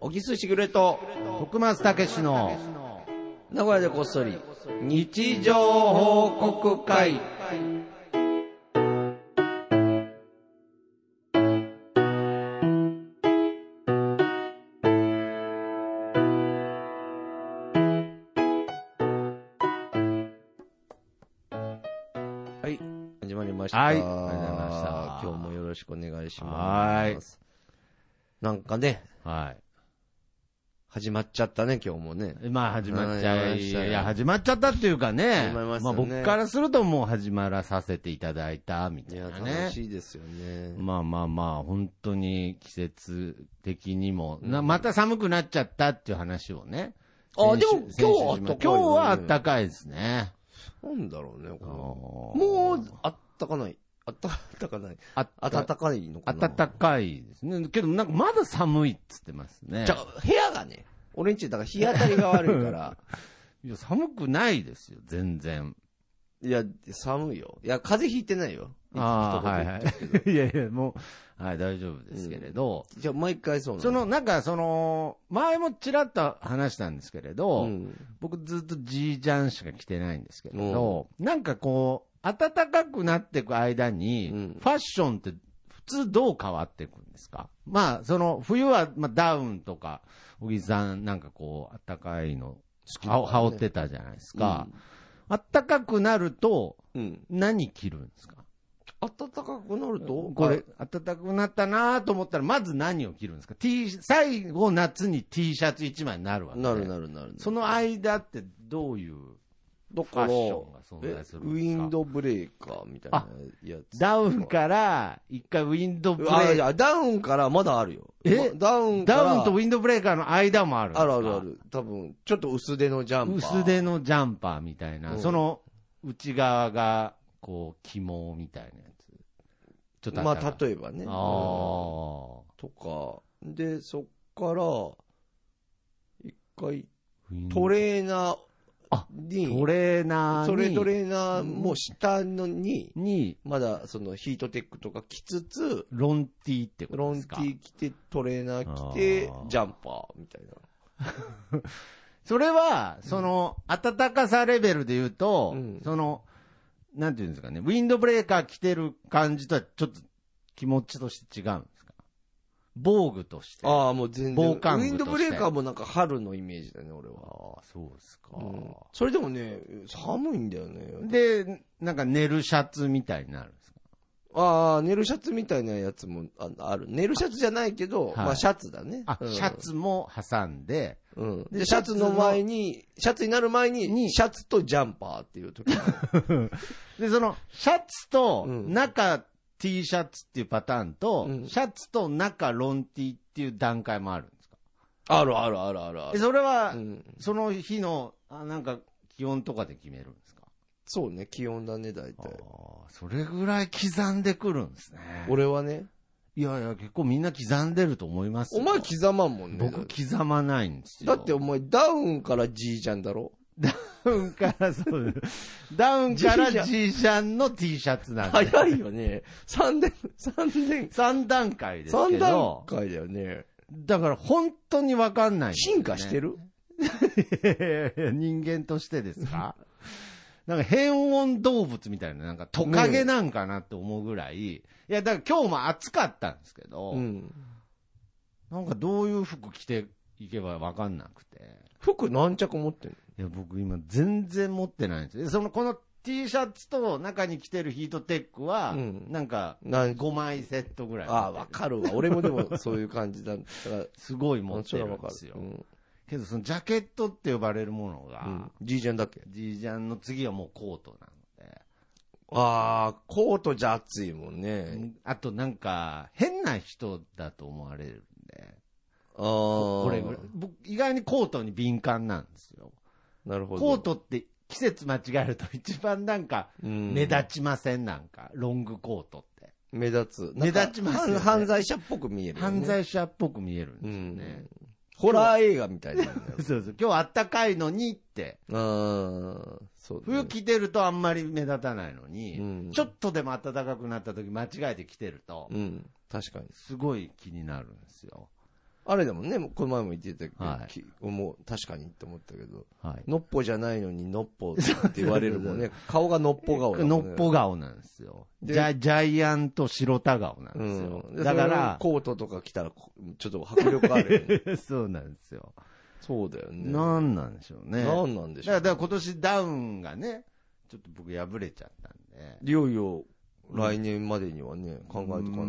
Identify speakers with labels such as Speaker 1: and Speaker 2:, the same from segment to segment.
Speaker 1: 小木寿しぐれと、
Speaker 2: 徳松たけしの
Speaker 1: 名古屋でこっそり、日常報告会。はい、始まりました。
Speaker 2: は
Speaker 1: あ
Speaker 2: い
Speaker 1: りがとうございました。今日もよろしくお願いします。なんかね、
Speaker 2: は
Speaker 1: 始まっちゃったね、今日もね。
Speaker 2: い。まあ始まっちゃ
Speaker 1: はい
Speaker 2: い、い
Speaker 1: はい
Speaker 2: や始まっちゃったっていうかね、
Speaker 1: 始まりました
Speaker 2: あ
Speaker 1: ね
Speaker 2: 僕からするともう始まらさせていただいたみた
Speaker 1: い
Speaker 2: い
Speaker 1: や、
Speaker 2: な
Speaker 1: 楽
Speaker 2: ね。
Speaker 1: しいですよね。
Speaker 2: まあまあまあ、本当に季節的にも、なまた寒くなっちゃったっていう話をね。
Speaker 1: あ
Speaker 2: 先週
Speaker 1: でも今日は暖
Speaker 2: 先週
Speaker 1: かい
Speaker 2: 今日はあったかいですね。
Speaker 1: なんだろうね、こ
Speaker 2: あ
Speaker 1: の。
Speaker 2: のー
Speaker 1: もう、あったかない。あったかない。
Speaker 2: あった
Speaker 1: 暖かいのかな。
Speaker 2: 暖かいですね。けど、なんかまだ寒いっつってますね
Speaker 1: じゃ。あ部屋がね、俺んち、だから日当たりが悪い から、
Speaker 2: いや寒くないですよ、全然。
Speaker 1: いや、寒いよ。いや、風邪ひいてないよ。
Speaker 2: ああ、はい
Speaker 1: い。
Speaker 2: はい。いやい や、もう、はい、大丈夫ですけれど、
Speaker 1: じゃあ、毎回そうな
Speaker 2: その、なんか、その、前もちらっと話したんですけれど、
Speaker 1: うん
Speaker 2: 僕ずっとジージャンしか着てないんですけれど、なんかこう、暖かくなっていく間に、
Speaker 1: うん
Speaker 2: ファッションって普通どう変わっていくんですかまあ、その、冬は、まあ、ダウンとか、小木さんなんかこう、暖かいの、
Speaker 1: 好きだか
Speaker 2: 羽
Speaker 1: ら
Speaker 2: 織
Speaker 1: ね
Speaker 2: 羽織ってたじゃないですか。暖かくなると、
Speaker 1: うん。
Speaker 2: 何着るんですか
Speaker 1: 暖かくなると、
Speaker 2: これ、暖かくなったなぁと思ったら、まず何を着るんですか ?T、最後夏に T シャツ1枚になるわ
Speaker 1: あ、
Speaker 2: け。
Speaker 1: なるなるなる。
Speaker 2: その間ってどういう
Speaker 1: だ
Speaker 2: ファッションが存在するんですか
Speaker 1: ウィンドブレーカーみたいなやつ。
Speaker 2: ダウンから、一回ウィンドブレ
Speaker 1: あい
Speaker 2: ー
Speaker 1: やダウンからまだあるよ。
Speaker 2: え
Speaker 1: まダウンから。
Speaker 2: ダウンとウィンドブレーカーの間もあるんですか
Speaker 1: あるあるあ。る。多分、ちょっと薄手のジャンパー。
Speaker 2: 薄手のジャンパーみたいな、
Speaker 1: うん
Speaker 2: その内側が、こう、肝みたいなやつ。ちょっと
Speaker 1: ま
Speaker 2: った
Speaker 1: あ、
Speaker 2: かい
Speaker 1: 例えばね。うん
Speaker 2: ああ。
Speaker 1: とか。で、そっから、一回、
Speaker 2: ウィン
Speaker 1: トレーナー
Speaker 2: あ
Speaker 1: に、
Speaker 2: トレーナー
Speaker 1: そ
Speaker 2: に、
Speaker 1: れトレーナーも下のに、
Speaker 2: に、
Speaker 1: まだそのヒートテックとか着つつ、
Speaker 2: ロンティーってこと
Speaker 1: ロ
Speaker 2: で
Speaker 1: ン
Speaker 2: す
Speaker 1: テ
Speaker 2: か
Speaker 1: ィー着て、トレーナー着て
Speaker 2: あー、
Speaker 1: ジャンパーみたいな。
Speaker 2: それは、その、暖かさレベルで言うと、
Speaker 1: うん
Speaker 2: その、なんていうんですかね、ウィンドブレーカー着てる感じとはちょっと気持ちとして違うんですか防具として。
Speaker 1: ああ、もう全然。
Speaker 2: 防寒具
Speaker 1: ウィンドブレーカ
Speaker 2: と
Speaker 1: ー
Speaker 2: し
Speaker 1: もなんか春のイメージだね、俺
Speaker 2: あ
Speaker 1: は。
Speaker 2: ー、そうですか
Speaker 1: うんそれでもね、寒いんだよね。
Speaker 2: で、なんか寝るシャツみたいになるんですか
Speaker 1: ああ、寝るシャツみたいなやつもあある。寝るシャツじゃないけど、
Speaker 2: はい
Speaker 1: まあシャツだね。
Speaker 2: あ、
Speaker 1: うん
Speaker 2: シャ。ツも挟んで、
Speaker 1: うん。
Speaker 2: で
Speaker 1: で、シャツの前に、シャツになる前
Speaker 2: に
Speaker 1: に、シャツとジャンパーっていう時。
Speaker 2: で、その、シャツと
Speaker 1: うん
Speaker 2: 中 T シャツっていうパターンと、
Speaker 1: うん
Speaker 2: シャツと中ロンティーっていう段階もあるんですか
Speaker 1: あるあるあるあるあ
Speaker 2: え
Speaker 1: る。
Speaker 2: それは、
Speaker 1: うん。
Speaker 2: その日の、あなんか、気温とかで決めるんですか
Speaker 1: そうね、気温だね、大
Speaker 2: あ
Speaker 1: 体。
Speaker 2: ーそれぐらい刻んでくるんですね。
Speaker 1: 俺はね、
Speaker 2: いやいや、結構みんな刻んでると思いますよ
Speaker 1: お前刻まんもんね。
Speaker 2: 僕刻まないんですよ。
Speaker 1: だってお前ダウンから G じゃんだろ
Speaker 2: ダウンから、そうダウンから
Speaker 1: G じゃん
Speaker 2: G シャンの T シャツなん で。
Speaker 1: 早いよね。三年、三年、
Speaker 2: 3段階ですけ
Speaker 1: 三段
Speaker 2: ど、
Speaker 1: 階だよね。
Speaker 2: だから本当にわかんないんですよね、
Speaker 1: 進化してる
Speaker 2: いやいやいや人間としてですか なんか変温動物みたいな、なんかトカゲなんかなって思うぐらい、いや、だから今日も暑かったんですけど、
Speaker 1: うん。
Speaker 2: なんかどういう服着ていけばわかんなくて、
Speaker 1: 服何着持ってんの
Speaker 2: いや、僕今全然持ってないんですよ。でその、この T シャツと中に着てるヒートテックは、
Speaker 1: うん
Speaker 2: なんか
Speaker 1: 何
Speaker 2: 5枚セットぐらい。
Speaker 1: ああ、わかるわ。俺もで もそういう感じだ。だから、
Speaker 2: すごい持っ
Speaker 1: そ
Speaker 2: て
Speaker 1: れ
Speaker 2: る
Speaker 1: はわ
Speaker 2: ん
Speaker 1: か
Speaker 2: です
Speaker 1: る
Speaker 2: よ。。
Speaker 1: うん
Speaker 2: けどそのジャケットって呼ばれるもの
Speaker 1: う
Speaker 2: が
Speaker 1: ん、。じいちゃんだっけ
Speaker 2: G ジャンの次はもうコートなので。
Speaker 1: ああ、コートじゃ暑いもんね。
Speaker 2: あとなんか、変な人だと思われるんで、
Speaker 1: ああ。こ
Speaker 2: これぐらい。僕、意外にコートに敏感なんですよ。
Speaker 1: なるほど。
Speaker 2: コートって季節間違えると一番なんか、
Speaker 1: うん、
Speaker 2: 目立ちません、なんか、ロングコートって。
Speaker 1: 目立つ。
Speaker 2: 目立ちますよね
Speaker 1: なんか犯罪者っぽく見えるよね、
Speaker 2: 犯罪者っぽく見えるんですよね。
Speaker 1: ホラー映画みたい な。
Speaker 2: そうそう、今日あったかいのにって、
Speaker 1: ああ、そうだね、
Speaker 2: 冬着てるとあんまり目立たないのに、
Speaker 1: うん
Speaker 2: ちょっとでも暖かくなった時間違えて着てると、
Speaker 1: うん。確かに。
Speaker 2: すごい気になるんですよ。
Speaker 1: あれだもんね、もうこの前も言ってたけど、
Speaker 2: はい
Speaker 1: きもう確かにって思ったけど、
Speaker 2: はい。
Speaker 1: のっぽじゃないのにのっぽって言われるもんね。顔がのっぽ顔だもんね
Speaker 2: のっぽ顔なんですよ。
Speaker 1: で
Speaker 2: じゃ、ジャイアント白田顔なんですよ。
Speaker 1: うん、
Speaker 2: だ
Speaker 1: だ
Speaker 2: か
Speaker 1: から
Speaker 2: ら、
Speaker 1: コートとか着たらこちょっと迫力あるよね、
Speaker 2: そうなんですよ。
Speaker 1: そうだよね
Speaker 2: なんなんでしょうね。
Speaker 1: なんなんでしょう、
Speaker 2: だからだから今年ダウンがね、ちょっと僕破れちゃったんで。
Speaker 1: いよいよ来年までにはね考えとか
Speaker 2: うー
Speaker 1: な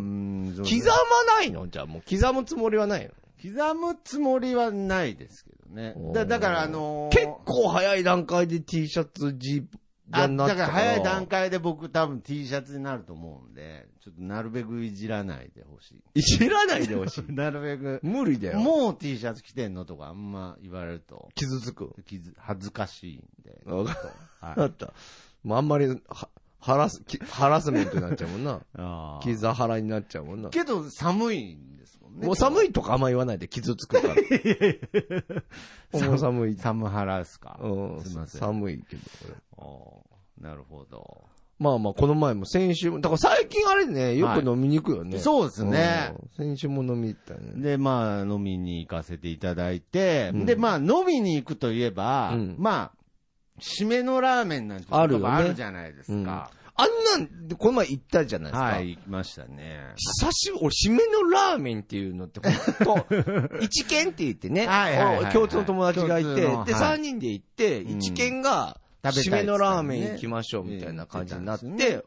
Speaker 1: ん
Speaker 2: そう
Speaker 1: 刻
Speaker 2: ですね
Speaker 1: まないのじゃあもう刻むつもりはないの
Speaker 2: 刻むつもりはないですけどね。だだから、あのー
Speaker 1: 結構早い段階で T シャツジーパ
Speaker 2: あ
Speaker 1: ンに
Speaker 2: だ
Speaker 1: なっ
Speaker 2: か
Speaker 1: た
Speaker 2: ら早い段
Speaker 1: 階
Speaker 2: 階で僕多分 T シャツになると思うんで、ちょっとなるべくいじらないでほ し
Speaker 1: いじらないでほしい
Speaker 2: い。なるべく。
Speaker 1: 無理だよ
Speaker 2: もう T シャツ着てんのとかあんま言われると、
Speaker 1: 傷つく
Speaker 2: 気づ恥ずかしいんで。
Speaker 1: 分か
Speaker 2: はい
Speaker 1: ったもうあんまりはハラスきハラスメントになっちゃうもんな
Speaker 2: あー
Speaker 1: 傷ハラになっちゃうもんな
Speaker 2: けど寒いんですもんね。
Speaker 1: もう寒いとかあんま言わないで傷つくから。 もう寒い。
Speaker 2: 寒ハラですか。
Speaker 1: うん、
Speaker 2: すいません
Speaker 1: 寒いけど。俺
Speaker 2: おーなるほど。
Speaker 1: まあまあ、この前も先週も、だから最近あれね、よく飲みに行くよね。
Speaker 2: そうですね。
Speaker 1: うん。先週も飲み行ったね。
Speaker 2: で、まあ、飲みに行かせていただいて、
Speaker 1: うん
Speaker 2: で、まあ、飲みに行くといえば、
Speaker 1: うん
Speaker 2: まあ、締めのラーメンなんて
Speaker 1: あるよね
Speaker 2: とこあるじゃないですか。
Speaker 1: あんなん、でこの前行ったじゃないですか。
Speaker 2: はい、行きましたね。
Speaker 1: 久しぶり、俺、締めのラーメンっていうのって、ほ んと、一軒って言ってね、
Speaker 2: はいはいはいはい
Speaker 1: お共通の友達がいて、
Speaker 2: 共
Speaker 1: で、
Speaker 2: 通のはい
Speaker 1: 3人で行って、
Speaker 2: うん
Speaker 1: 一軒が、
Speaker 2: 食べたいっつっ
Speaker 1: 締め
Speaker 2: たんでね
Speaker 1: のラーメン行きましょうみたいな感じになって、
Speaker 2: うん言って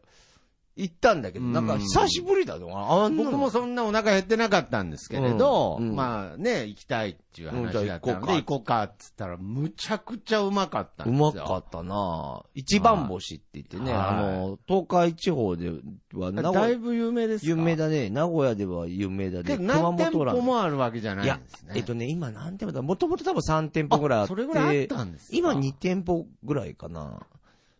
Speaker 1: 行ったんだけど、
Speaker 2: うん
Speaker 1: なんか久しぶりだぞ、あんなの
Speaker 2: 僕もそんなお腹減ってなかったんですけれど、
Speaker 1: うんうん
Speaker 2: まあね、行きたいっていう話だったので、
Speaker 1: うんじゃあ行こうか
Speaker 2: 行こうかって言ったら、むちゃくちゃうまかったん
Speaker 1: う
Speaker 2: ですよ。
Speaker 1: まかったなぁ一番星って言ってね、
Speaker 2: はい
Speaker 1: あの、東海地方では、名
Speaker 2: だい
Speaker 1: 古屋、
Speaker 2: ぶ有名ですか
Speaker 1: 有名だね、名古屋では有名だね、
Speaker 2: けど
Speaker 1: 熊
Speaker 2: 何
Speaker 1: 本ラ
Speaker 2: 店
Speaker 1: ーメン
Speaker 2: 舗もあるわけじゃないい
Speaker 1: や
Speaker 2: んですね。、
Speaker 1: えっとね、今何店舗だもともと多分3店舗ぐらいあって、
Speaker 2: それぐらいあったんですか
Speaker 1: 今2店舗ぐらいかな。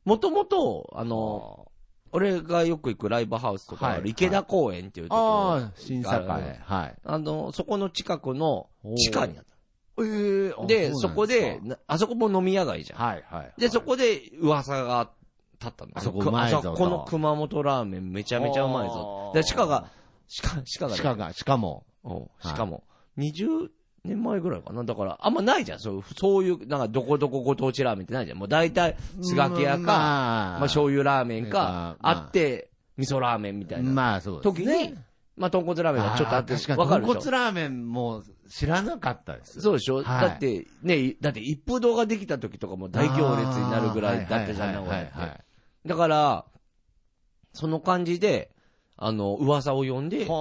Speaker 1: もともと、あの、俺がよく行くライブハウスとかある、
Speaker 2: はい
Speaker 1: 池田公園っていうところあ
Speaker 2: ああ、審査会。はい。
Speaker 1: の、そこの近くの
Speaker 2: おー
Speaker 1: 地下にあっ
Speaker 2: えー
Speaker 1: た。
Speaker 2: あ
Speaker 1: で、
Speaker 2: うなんす
Speaker 1: そ
Speaker 2: か
Speaker 1: こで、なあそこも飲み屋街じゃん。
Speaker 2: はいはい。
Speaker 1: で、そこで噂が立ったの。
Speaker 2: あそこ
Speaker 1: く
Speaker 2: うまいぞと
Speaker 1: あそこの熊本ラーメンめちゃめちゃうまいぞ。
Speaker 2: あー
Speaker 1: で、鹿が、鹿、鹿がね、
Speaker 2: 鹿が、鹿も。
Speaker 1: お
Speaker 2: い
Speaker 1: しかも、20年前ぐらいかな。だから、あんまないじゃん。そうそういう、なんか、どこどこご当地ラーメンってないじゃん。もう大体、スガキ屋か、まあ、
Speaker 2: ま
Speaker 1: 醤油ラーメンか
Speaker 2: ま、あまあ
Speaker 1: あって、味噌ラーメンみたいな。
Speaker 2: まあそうです
Speaker 1: 時
Speaker 2: ね。
Speaker 1: に、まあ、豚骨ラーメンがちょっとあっ
Speaker 2: あー確か
Speaker 1: て、
Speaker 2: に。
Speaker 1: わかるで
Speaker 2: 豚
Speaker 1: しょ
Speaker 2: 骨。ラーメンも知らなかったです。
Speaker 1: そうでしょ、
Speaker 2: はい
Speaker 1: だって、ね、だって一風堂ができた時とかも大行列になるぐらいだったじゃん、名古
Speaker 2: は
Speaker 1: 屋
Speaker 2: い
Speaker 1: って
Speaker 2: はいはいはい。
Speaker 1: だから、その感じで、あの、噂を呼んで、で、なんか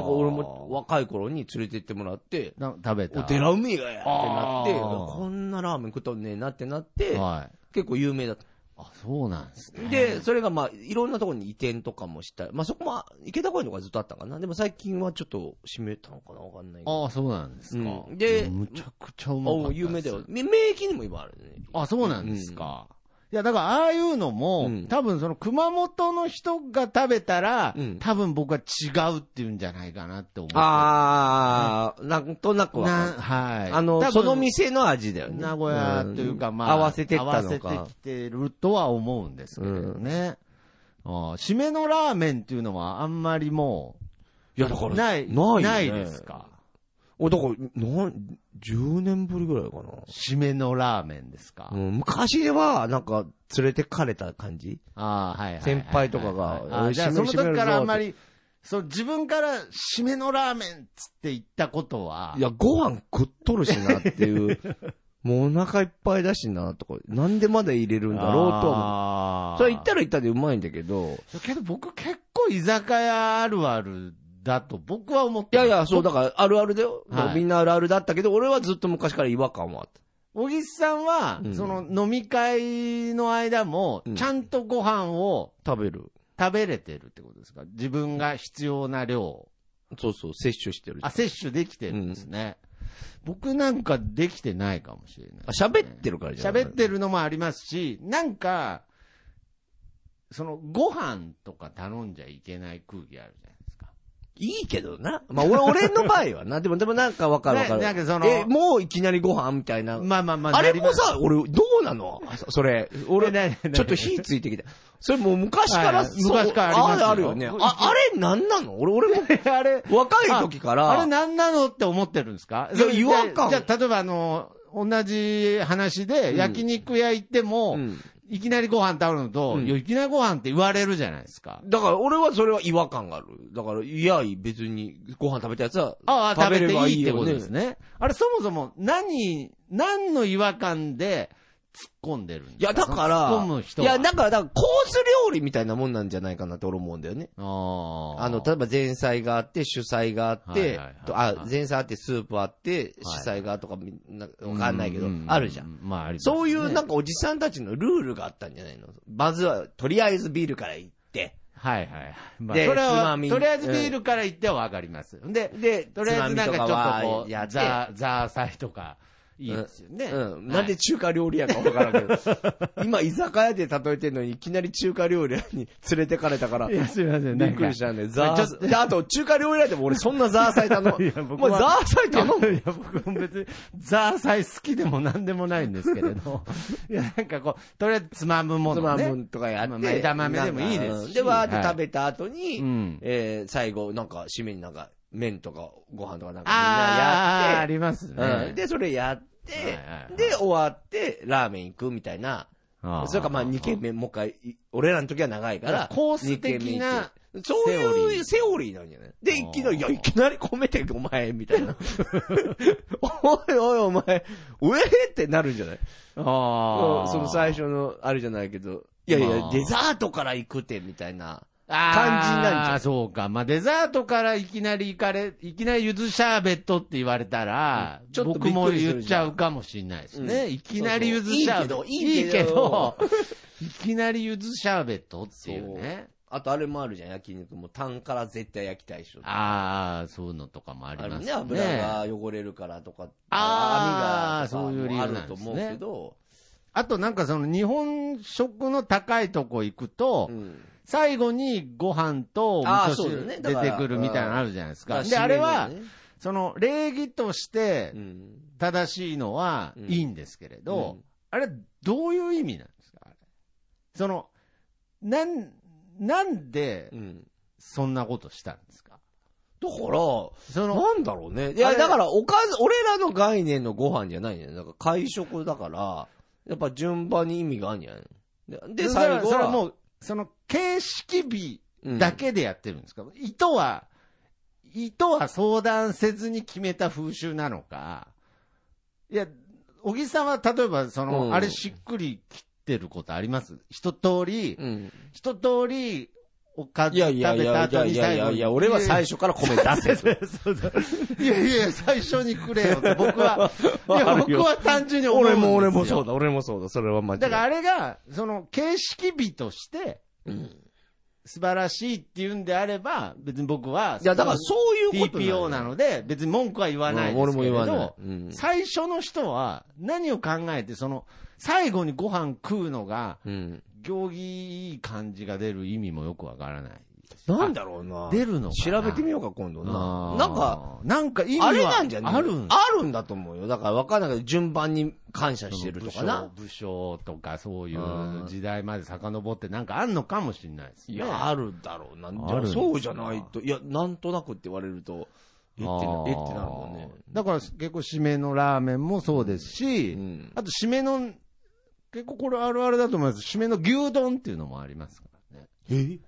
Speaker 2: は
Speaker 1: 俺も若い頃に連れてってもらって、
Speaker 2: な食べた。
Speaker 1: お寺うめえがやってなって、
Speaker 2: あー
Speaker 1: こんなラーメン食ったのねえなってなって、
Speaker 2: はい。
Speaker 1: 結構有名だった。
Speaker 2: あ、そうなんですね。
Speaker 1: で、それがまあ、いろんなところに移転とかもした。まあそこも、池田公園とかずっとあったかな。でも最近はちょっと閉めたのかなわかんないけど。
Speaker 2: ああ、そうなんですか
Speaker 1: う。んで
Speaker 2: むちゃくちゃうまかった
Speaker 1: お
Speaker 2: です
Speaker 1: 有名だよ。め免疫にも今あるね。
Speaker 2: あ、そうなんですか。いや、だから、ああいうのも、
Speaker 1: うん
Speaker 2: 多分その熊本の人が食べたら、
Speaker 1: うん
Speaker 2: 多分僕は違うっていうんじゃないかなって思って。
Speaker 1: あー、なんとなくわか
Speaker 2: な、はい。
Speaker 1: る。あの、
Speaker 2: 多分
Speaker 1: その店の味だよね。
Speaker 2: 名古屋というか、
Speaker 1: ん
Speaker 2: まあ、
Speaker 1: 合わせてった
Speaker 2: 合わ
Speaker 1: の
Speaker 2: せて
Speaker 1: か
Speaker 2: き。てるとは思うんですけれどね。ああ締めのラーメンっていうのはあんまりも
Speaker 1: いや、だか
Speaker 2: う、
Speaker 1: ら、
Speaker 2: ない、
Speaker 1: ない、
Speaker 2: ですか。。
Speaker 1: お、だから、なん、10年ぶりぐらいかな。
Speaker 2: 締めのラーメンですか。
Speaker 1: うん昔は、なんか、連れてかれた感じ
Speaker 2: ああ、はいはいはいはい。
Speaker 1: 先輩とかが
Speaker 2: ああじゃあ
Speaker 1: 締
Speaker 2: そ
Speaker 1: め
Speaker 2: の
Speaker 1: 締める
Speaker 2: 時
Speaker 1: ぞ
Speaker 2: からあんまり、そう、自分から締めのラーメンっつって言ったことは、
Speaker 1: いや、ご飯食っとるしなって いう、もうお腹いっぱいだしなとか、なんでまだ入れるんだろうと思う。
Speaker 2: ああ
Speaker 1: それ行ったら行ったでうまいんだけど、
Speaker 2: けど僕結構居酒屋あるあるだと僕は思っ
Speaker 1: い
Speaker 2: てま
Speaker 1: や
Speaker 2: す
Speaker 1: いや、そう、だからあるあるだよ。
Speaker 2: はい
Speaker 1: みんなあるあるだったけど、俺はずっと昔から違和感はあった。
Speaker 2: 小木さんは、
Speaker 1: うん
Speaker 2: その飲み会の間も
Speaker 1: うん、
Speaker 2: ちゃんとご飯を
Speaker 1: 食べる。
Speaker 2: 食べれてるってことですか自分が必要な量を。
Speaker 1: そうそう、摂取してる。
Speaker 2: あ、摂取できてるんですね。僕なんかできてないかもしれない
Speaker 1: あ。喋ってるからじゃない
Speaker 2: 喋ってるのもありますし、なんか、その、ご飯とか頼んじゃいけない空気あるじゃないですか。
Speaker 1: いいけどな。まあ、俺、俺の場合はな。でも、でもなんかわかるわかる。
Speaker 2: ねなんかその
Speaker 1: え、もういきなりご飯みたいな。
Speaker 2: まあまあまあ。
Speaker 1: あれ
Speaker 2: なりま
Speaker 1: もさ、俺、どうなのあそそれ、 俺、
Speaker 2: ねねねね
Speaker 1: ちょっと火ついてきた。それもう昔から、
Speaker 2: はいはい
Speaker 1: そう
Speaker 2: 昔からありますよ
Speaker 1: ああるよね。あ、あれなんなの俺、俺も、
Speaker 2: あれ、
Speaker 1: 若い時から、
Speaker 2: あれ何なのって思ってるんですか
Speaker 1: いや違和感
Speaker 2: じゃあ、例えばあの、同じ話で、焼肉屋行っても、
Speaker 1: うん
Speaker 2: いきなりご飯食べるのと、
Speaker 1: うん
Speaker 2: いやいきなりご飯って言われるじゃないですか。
Speaker 1: だから俺はそれは違和感がある。だから、いや、別にご飯食べたやつは
Speaker 2: ああ、
Speaker 1: 食
Speaker 2: 食
Speaker 1: べ
Speaker 2: べ
Speaker 1: れ
Speaker 2: てい
Speaker 1: ばい
Speaker 2: い
Speaker 1: い
Speaker 2: ってこ
Speaker 1: よ
Speaker 2: と
Speaker 1: ね。
Speaker 2: ですね。あれ、そもそも何、何の違和感で突っ込んでるんですか
Speaker 1: いや、だか
Speaker 2: 突っ込む
Speaker 1: ら、
Speaker 2: 人
Speaker 1: い
Speaker 2: は
Speaker 1: や、だから、だからコース料理みたいなもんなんじゃないかなって俺思うんだよね。
Speaker 2: あー
Speaker 1: あの、例えば前菜があって、主菜があっ
Speaker 2: はい
Speaker 1: て
Speaker 2: はいはい、
Speaker 1: とあ、前菜あって、スープあって、主菜がとか、みんなわかんないけど
Speaker 2: う、う
Speaker 1: あるじゃん。。
Speaker 2: まあ、ありますね
Speaker 1: そういうなんかおじさんたちのルールがあったんじゃないのまずは、とりあえずビールから行って、
Speaker 2: はいはいはい。まあ、
Speaker 1: で
Speaker 2: それ
Speaker 1: つま
Speaker 2: は、
Speaker 1: み
Speaker 2: とりあえずビールから言ってはわかります。で、
Speaker 1: で、
Speaker 2: とりあえずなんかちょっとこう、
Speaker 1: やって、
Speaker 2: ザー、ザーサイとか、いいですよね。
Speaker 1: うん。
Speaker 2: は
Speaker 1: ないんで中華料理屋かわからんけ ど。今、居酒屋で例えてんのに、いきなり中華料理屋に連れてかれたから
Speaker 2: い、や、すみません。。
Speaker 1: びっくりしたたんで、ザ
Speaker 2: ちょっ
Speaker 1: ー、であと、中華料理屋でも俺そんなザーサイ頼む。
Speaker 2: いや僕
Speaker 1: も
Speaker 2: は
Speaker 1: うザーサイ頼む。
Speaker 2: いや、僕も別に、ザーサイ好きでも何でもないんですけ れど、いや、なんかこう、とりあえずつまむも
Speaker 1: つ
Speaker 2: の
Speaker 1: ま
Speaker 2: ね。
Speaker 1: むとかやっ
Speaker 2: まあまあ
Speaker 1: て。
Speaker 2: 枝豆でもいいですし
Speaker 1: なんかうんで、わーって
Speaker 2: はい
Speaker 1: 食べた後に、
Speaker 2: うん
Speaker 1: えー最後、なんか、締めになんか、麺とかご飯とかなんか
Speaker 2: ああ、あ
Speaker 1: みんなやって
Speaker 2: ります
Speaker 1: うん、
Speaker 2: ね。
Speaker 1: で、それやって、
Speaker 2: はいはいはい
Speaker 1: で、終わって、ラーメン行くみたいな。
Speaker 2: あー
Speaker 1: それかまあ2軒目、もう一回、い俺らの時は長いから、
Speaker 2: コース的
Speaker 1: 二
Speaker 2: な
Speaker 1: 軒目行って、そう
Speaker 2: セオ
Speaker 1: い
Speaker 2: リ
Speaker 1: う
Speaker 2: ー
Speaker 1: セオリーなんじゃないで、いきなり、いや、
Speaker 2: あー
Speaker 1: いきなり米てお前、みたい な。おいおいお前、うえーってなるんじゃない
Speaker 2: あ
Speaker 1: うん
Speaker 2: あ。
Speaker 1: その最初の、あれじゃないけど、いやい
Speaker 2: ま
Speaker 1: や、
Speaker 2: あ
Speaker 1: デザートから行くて、みたいな。
Speaker 2: あー
Speaker 1: 感じなんじゃん
Speaker 2: そうか。まあ、デザートからいきなり行かれ、いきなりゆずシャーベットって言われたら、
Speaker 1: ちょっとび
Speaker 2: 僕
Speaker 1: っ
Speaker 2: も
Speaker 1: くりする
Speaker 2: 言っ
Speaker 1: じ
Speaker 2: ち
Speaker 1: ゃん
Speaker 2: ゃうかもしれないですね。
Speaker 1: うん
Speaker 2: いきなりゆずシャーベット。
Speaker 1: そうそういいけど
Speaker 2: いいけどいきなりゆずシャーベットっていうね。
Speaker 1: あとあれもあるじゃん、焼肉も。タンから絶対焼きたい人。
Speaker 2: ああ、そういうのとかもあり
Speaker 1: あ
Speaker 2: ま
Speaker 1: るね、
Speaker 2: すね。
Speaker 1: 油が汚れるからとか、
Speaker 2: あー
Speaker 1: 網
Speaker 2: そういう理
Speaker 1: が
Speaker 2: 由
Speaker 1: とかもある
Speaker 2: なん
Speaker 1: と
Speaker 2: ですね
Speaker 1: 思うけど、
Speaker 2: あとなんかその日本食の高いとこ行くと、
Speaker 1: うん
Speaker 2: 最後にご飯とお味
Speaker 1: あーそうだよ
Speaker 2: 噌
Speaker 1: ね
Speaker 2: 汁
Speaker 1: だ
Speaker 2: 出
Speaker 1: から
Speaker 2: てくるみたいなのあるじゃないです
Speaker 1: ま
Speaker 2: か。
Speaker 1: あ
Speaker 2: で、あれ
Speaker 1: 締
Speaker 2: は
Speaker 1: め、のね
Speaker 2: その礼儀として
Speaker 1: う、ん
Speaker 2: 正しいのは
Speaker 1: うん
Speaker 2: いいんですけれど、
Speaker 1: うん
Speaker 2: あれ、どういう意味なんですかあれその、なん、なんで
Speaker 1: うん
Speaker 2: そんなことしたんですか
Speaker 1: だから、
Speaker 2: その、
Speaker 1: なんだろうね。い
Speaker 2: あ
Speaker 1: や、
Speaker 2: れ
Speaker 1: だから、おかず、俺らの概念のご飯じゃないんだよ。だから、会食だから、やっぱ順番に意味があるんじゃないので、で
Speaker 2: それ
Speaker 1: 最後
Speaker 2: それは
Speaker 1: は、
Speaker 2: もう、その、形式美
Speaker 1: うん
Speaker 2: だけでやってるんですか、意図は、意図は相談せずに決めた風習なのか、いや、小木さんは例えば、その、
Speaker 1: うん
Speaker 2: あれしっくり切ってることあります一通り、
Speaker 1: うん
Speaker 2: 一通り、おかず
Speaker 1: いや
Speaker 2: 食
Speaker 1: い
Speaker 2: べ
Speaker 1: やい
Speaker 2: た
Speaker 1: やい
Speaker 2: 後
Speaker 1: や
Speaker 2: に
Speaker 1: いや
Speaker 2: 最
Speaker 1: い
Speaker 2: 後
Speaker 1: や
Speaker 2: に
Speaker 1: いや、俺は最初から米出せ。
Speaker 2: そうそういやいやいや、最初にくれよって、 僕は、い
Speaker 1: わか
Speaker 2: や、
Speaker 1: る
Speaker 2: 僕
Speaker 1: よ
Speaker 2: は単純に思うんです
Speaker 1: 俺
Speaker 2: よ
Speaker 1: も俺もそうだ、俺もそうだ、それは間違い
Speaker 2: だから
Speaker 1: な
Speaker 2: あ
Speaker 1: い。
Speaker 2: れが、その、形式美として、
Speaker 1: うん
Speaker 2: 素晴らしいっていうんであれば、別に僕は、
Speaker 1: いや、だからそういうことよ
Speaker 2: TPO なので、別に文句は言わな
Speaker 1: う
Speaker 2: い
Speaker 1: ん
Speaker 2: で
Speaker 1: 俺
Speaker 2: す
Speaker 1: も
Speaker 2: けれ
Speaker 1: 言わない
Speaker 2: ど、。
Speaker 1: うん
Speaker 2: 最初の人は何を考えて、その、最後にご飯食うのが、
Speaker 1: うん。
Speaker 2: 行儀いい感じが出る意味もよくわからない。
Speaker 1: なんだろうな。
Speaker 2: 出るのかな
Speaker 1: 調べてみようか、今度な
Speaker 2: あ。ー
Speaker 1: なんか、、
Speaker 2: なんか意味は
Speaker 1: あれなんじゃない
Speaker 2: あるん
Speaker 1: あるんだと思うよ。だから分かんないけど、順番に感謝してるとかな。
Speaker 2: 武将武将とかそうい
Speaker 1: うん
Speaker 2: う時代まで遡ってなんかあんのかもしれないですね。
Speaker 1: いや、あるだろうな。で
Speaker 2: あ
Speaker 1: も
Speaker 2: る
Speaker 1: そうじゃないと。いや、なんとなくって言われると、えってな
Speaker 2: あー
Speaker 1: えってなるもんね。
Speaker 2: だから結構締めのラーメンもそうですし、
Speaker 1: うん
Speaker 2: あと締めの、結構これあるあるだと思います。締めの牛丼っていうのもありますからね。
Speaker 1: え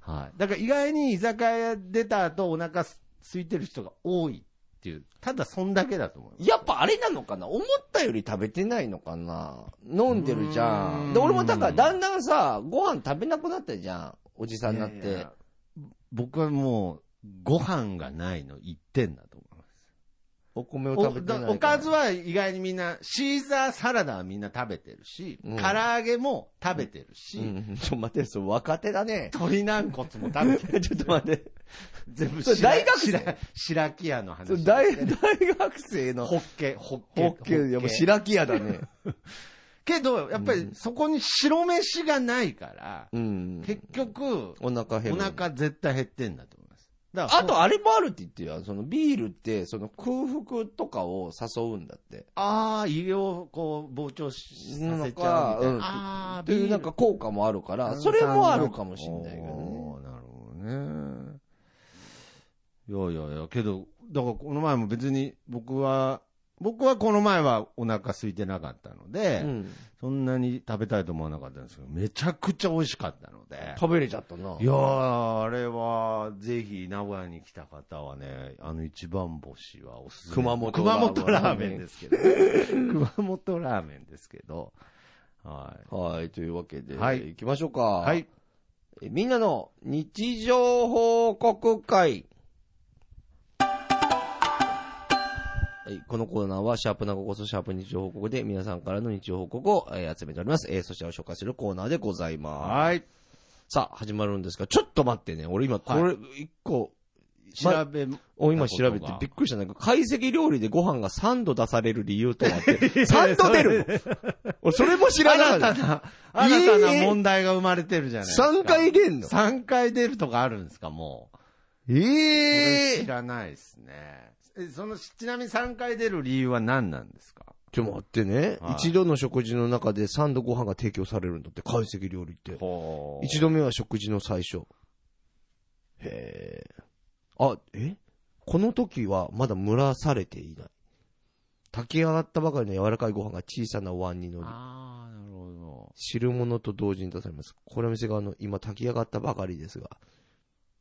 Speaker 2: はい。だから意外に居酒屋出た後お腹す空いてる人が多いっていう、ただそんだけだと思います。
Speaker 1: やっぱあれなのかな思ったより食べてないのかな飲んでるじゃ。
Speaker 2: うんん
Speaker 1: で、俺もだからだんだんさ、ご飯食べなくなったじゃん。おじさんになっ
Speaker 2: いやい
Speaker 1: て
Speaker 2: や。僕はもう、ご飯がないの一点だと思います。
Speaker 1: お米を
Speaker 2: お
Speaker 1: 食べてないら。
Speaker 2: おかずは意外にみんな、シーザーサラダはみんな食べてるし、
Speaker 1: うん
Speaker 2: 唐揚げも食べてるし、
Speaker 1: うん、ちょっと待って、それ若手だね。
Speaker 2: 鶏軟骨も食べてる。
Speaker 1: ちょっと待って。
Speaker 2: 全部
Speaker 1: それ
Speaker 2: 白
Speaker 1: 大学生
Speaker 2: 白白木屋の話
Speaker 1: そう
Speaker 2: ですね。
Speaker 1: 大、大学生の。
Speaker 2: ホッケ、ホッケ。
Speaker 1: ホッケ、やっぱ
Speaker 2: ホッケ
Speaker 1: 白木屋だね。
Speaker 2: けど、やっぱりそこに白飯がないから、
Speaker 1: うん。
Speaker 2: 結局、
Speaker 1: お腹減
Speaker 2: お
Speaker 1: る。
Speaker 2: 腹絶対減ってんだと思います。だから
Speaker 1: あと、あれもあるって言ってよ。そのビールって、その空腹とかを誘うんだって。
Speaker 2: ああ、胃をこう膨張しさせちゃうみたいな。
Speaker 1: うん
Speaker 2: ああ、
Speaker 1: というなんか効果もあるから、それもあるかもしれないけどね。
Speaker 2: おー。なるほどね。いやいやいや、けど、だからこの前も別に僕は、僕はこの前はお腹空いてなかったので、
Speaker 1: うん、
Speaker 2: そんなに食べたいと思わなかったんですけど、めちゃくちゃ美味しかったので。
Speaker 1: 食べれちゃったな。
Speaker 2: いやー、あれは、ぜひ、名古屋に来た方はね、あの一番星はおすすめ。
Speaker 1: 熊本
Speaker 2: 熊本ラ
Speaker 1: ラー
Speaker 2: ーメ
Speaker 1: メン
Speaker 2: ンで すけど。熊本ラーメンですけど。は
Speaker 1: はい、というわけで、
Speaker 2: は
Speaker 1: はいい、行きましょうか。
Speaker 2: い。はい。
Speaker 1: えみんなの日常報告会。はい、このコーナーは、シャープなここそシャープ日常報告で、皆さんからの日常報告を、えー集めております。えーそちらを紹介するコーナーでございます。
Speaker 2: はい。
Speaker 1: さあ、始まるんですが、ちょっと待ってね。俺今、こ
Speaker 2: は
Speaker 1: れ、一個、
Speaker 2: 調べ、ま、
Speaker 1: お今調べてびっくりしたんだけど、懐石料理でご飯が3度出される理由とは って、3度出るの俺、それも知らな
Speaker 2: 新
Speaker 1: か
Speaker 2: た
Speaker 1: った。
Speaker 2: な、新たな
Speaker 1: えー
Speaker 2: 問題が生まれてるじゃないですか。
Speaker 1: 3回出んの
Speaker 2: 3回出るとかあるんですか、もう。そ
Speaker 1: え
Speaker 2: れ
Speaker 1: え
Speaker 2: 知
Speaker 1: ー。
Speaker 2: らないですね。え、その、ちなみに3回出る理由は何なんですか
Speaker 1: ちょっと待ってね
Speaker 2: はい。
Speaker 1: 一度の食事の中で3度ご飯が提供されるんだって、懐石料理って。
Speaker 2: ほ
Speaker 1: 一度目は食事の最初。へえ。あ、えこの時はまだ蒸らされていない。炊き上がったばかりの柔らかいご飯が小さなお椀に乗り、
Speaker 2: ああ、なるほ
Speaker 1: 汁物と同時に出されます。この店側の今炊き上がったばかりですが、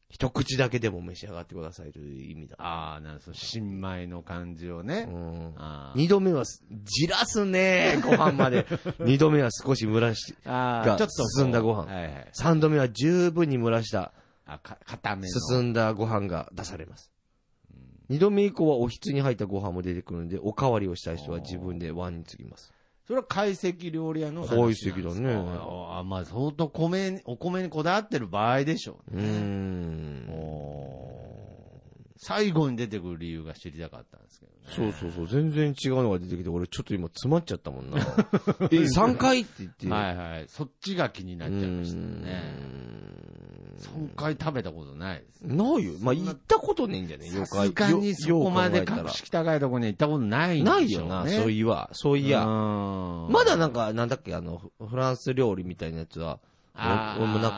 Speaker 1: 一口だけでも召し上がってくださいという意味
Speaker 2: ど。
Speaker 1: だ。
Speaker 2: ああ、なるほど。新米の感じをね
Speaker 1: う。ん。
Speaker 2: あー
Speaker 1: 二度目はす、じらすね ご飯まで。二度目は少し蒸らし、
Speaker 2: あー
Speaker 1: が
Speaker 2: ちょっとこう
Speaker 1: 進んだご飯
Speaker 2: はいはい。
Speaker 1: 三度目は十分に蒸らした、
Speaker 2: あ、か、固めの。
Speaker 1: 進んだご飯が出されます。二度目以降はおひつに入ったご飯も出てくるので、おかわりをしたい人は自分でワンにつぎます。
Speaker 2: それは懐石料理屋の話なんですか
Speaker 1: 懐石だね
Speaker 2: あーまあ、相当米に、お米にこだわってる場合でしょう
Speaker 1: うーん。
Speaker 2: おー最後に出てくる理由が知りたかったんですけどね。
Speaker 1: そうそうそう、全然違うのが出てきて、俺ちょっと今詰まっちゃった もんな。え、三回って言って。
Speaker 2: はいはい。そっちが気になっちゃいましたね。3回食べたことないです。
Speaker 1: ないよ。まあ、行ったことねえんじゃねえ
Speaker 2: さすがにそこまで格式高いところに行ったことないんで
Speaker 1: ない
Speaker 2: しょう
Speaker 1: よ
Speaker 2: ね。
Speaker 1: な、そう
Speaker 2: い
Speaker 1: いや。そういや。ま
Speaker 2: ま
Speaker 1: だなんか、なんだっけ、あの、フフランス料理みたいなやつは、俺俺もなん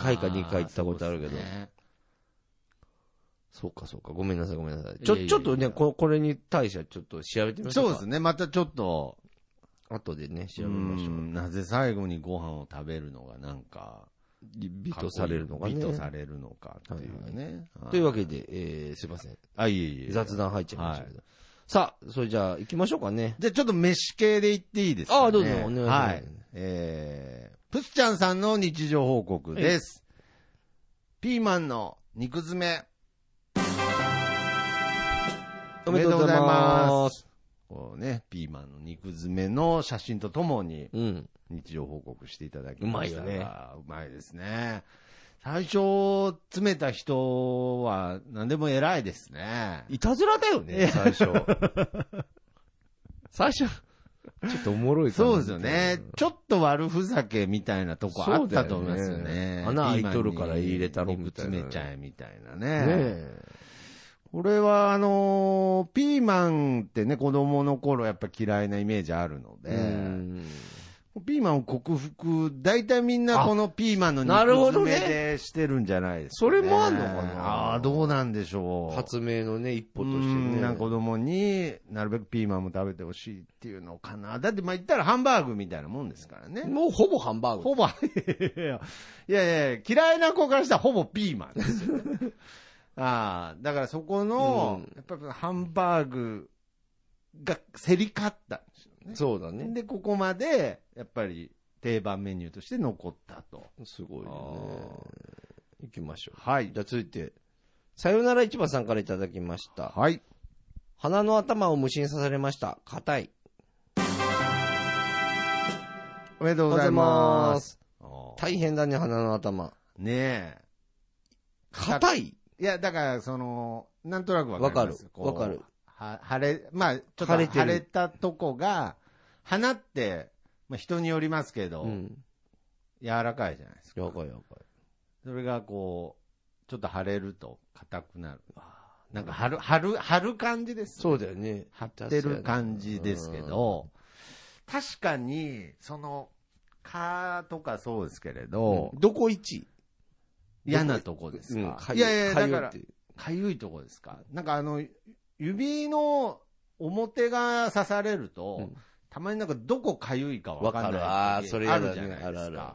Speaker 1: か、一回か二回行ったことあるけど、そうかそうか、ごめんなさいごめんなさい。ち
Speaker 2: いやい
Speaker 1: ょ、
Speaker 2: やいや
Speaker 1: ちょっとね、ここれに対してはちょっと調べてみましょう
Speaker 2: そう
Speaker 1: か。
Speaker 2: ですね。またちょっと、
Speaker 1: 後でね、調
Speaker 2: う
Speaker 1: べましょう。
Speaker 2: んなぜ最後にご飯を食べるのがなんか、
Speaker 1: ビットされるのがね。
Speaker 2: 美とされるのかっていうね。
Speaker 1: というわ
Speaker 2: け
Speaker 1: けで、えー、すいません。
Speaker 2: あ、いえいえ。じゃ
Speaker 1: 雑談入っちゃいましたけど。さあ、それじゃあ行きましょうかね。
Speaker 2: あちょっと飯系で行っていいですか、ね、
Speaker 1: ああどうぞお願いします
Speaker 2: はい。えー、プスちゃんさんの日常報告です。ピーマンの肉詰め。お
Speaker 1: お
Speaker 2: め
Speaker 1: め
Speaker 2: で
Speaker 1: で
Speaker 2: と
Speaker 1: と
Speaker 2: う
Speaker 1: うご
Speaker 2: ござ
Speaker 1: ざ
Speaker 2: い
Speaker 1: い
Speaker 2: ま
Speaker 1: ます。
Speaker 2: こうね、ピーマンの肉詰めの写真とともに
Speaker 1: うん。
Speaker 2: 日常報告していただきましたが
Speaker 1: うまいよね
Speaker 2: うまいですね。最初、詰めた人は何でも偉いですね。
Speaker 1: いたずらだよね、最初。最初、ちょっとおもろい感じ
Speaker 2: そうですよね。ちょっと悪ふざけみたいなとこあったと思いますよ
Speaker 1: そうだよ
Speaker 2: ね
Speaker 1: ね。穴開いとるから入れたろ
Speaker 2: 肉
Speaker 1: みたいな
Speaker 2: 詰めちゃえみたいな
Speaker 1: ね
Speaker 2: ね。
Speaker 1: え。
Speaker 2: これはあのーピーマンってね、子供の頃やっぱ嫌いなイメージあるので、
Speaker 1: うん
Speaker 2: ピーマンを克服、大体みんなこのピーマンの肉
Speaker 1: なるほ
Speaker 2: 詰
Speaker 1: どね
Speaker 2: めでしてるんじゃないですか、ね
Speaker 1: それもあんのかな
Speaker 2: ああ、どうなんでしょう。
Speaker 1: 発明のね、一歩として
Speaker 2: うん
Speaker 1: ね。
Speaker 2: なんか子供になるべくピーマンも食べてほしいっていうのかな。だってまあ言ったらハンバーグみたいなもんですからね。
Speaker 1: もうほぼハンバーグ。
Speaker 2: ほぼ、いやいやいや、嫌いな子からしたらほぼピーマンですよね。ああ、だからそこの、
Speaker 1: うん
Speaker 2: やっぱりハンバーグが競り勝ったんですよね。
Speaker 1: そうだね。
Speaker 2: で、ここまで、やっぱり定番メニューとして残ったと。
Speaker 1: すごい
Speaker 2: あ
Speaker 1: よね。行きましょ
Speaker 2: は
Speaker 1: う。
Speaker 2: い。
Speaker 1: じゃあ続いて、さよなら市場さんからいただきました。
Speaker 2: はい。
Speaker 1: 鼻の頭を虫に刺されました。硬い。
Speaker 2: おめでと
Speaker 1: お
Speaker 2: うございます。
Speaker 1: す。
Speaker 2: ああ
Speaker 1: 大変だね、鼻の頭。
Speaker 2: ね
Speaker 1: 硬い
Speaker 2: え。いや、だから、その、なんとなくわかります
Speaker 1: わかるわかる。
Speaker 2: こうは腫れ、まあ、ちょっと
Speaker 1: 腫れてる
Speaker 2: 腫れたとこが、花って、まあ、人によりますけど、
Speaker 1: うん。
Speaker 2: 柔らかいじゃないですか。
Speaker 1: やばいやばい。
Speaker 2: それがこう、ちょっと腫れると硬くなる。なんか張る、張る、張る感じですね。
Speaker 1: そうだよね。
Speaker 2: 張ってる感じですけど、確かに、その、蚊とかそうですけれど、
Speaker 1: どこ一
Speaker 2: 嫌なとこです
Speaker 1: うん
Speaker 2: か、
Speaker 1: かゆ
Speaker 2: いやいや、
Speaker 1: か
Speaker 2: だ
Speaker 1: ゆ
Speaker 2: か
Speaker 1: いっ
Speaker 2: ら
Speaker 1: て、いう
Speaker 2: かゆいとこですかなんかあの、指の表が刺されると、
Speaker 1: うん
Speaker 2: たまになんかどこかゆいかわかんない時。
Speaker 1: わかるあーそれ
Speaker 2: あ
Speaker 1: 嫌だね
Speaker 2: るじゃないですか。
Speaker 1: あるあるあ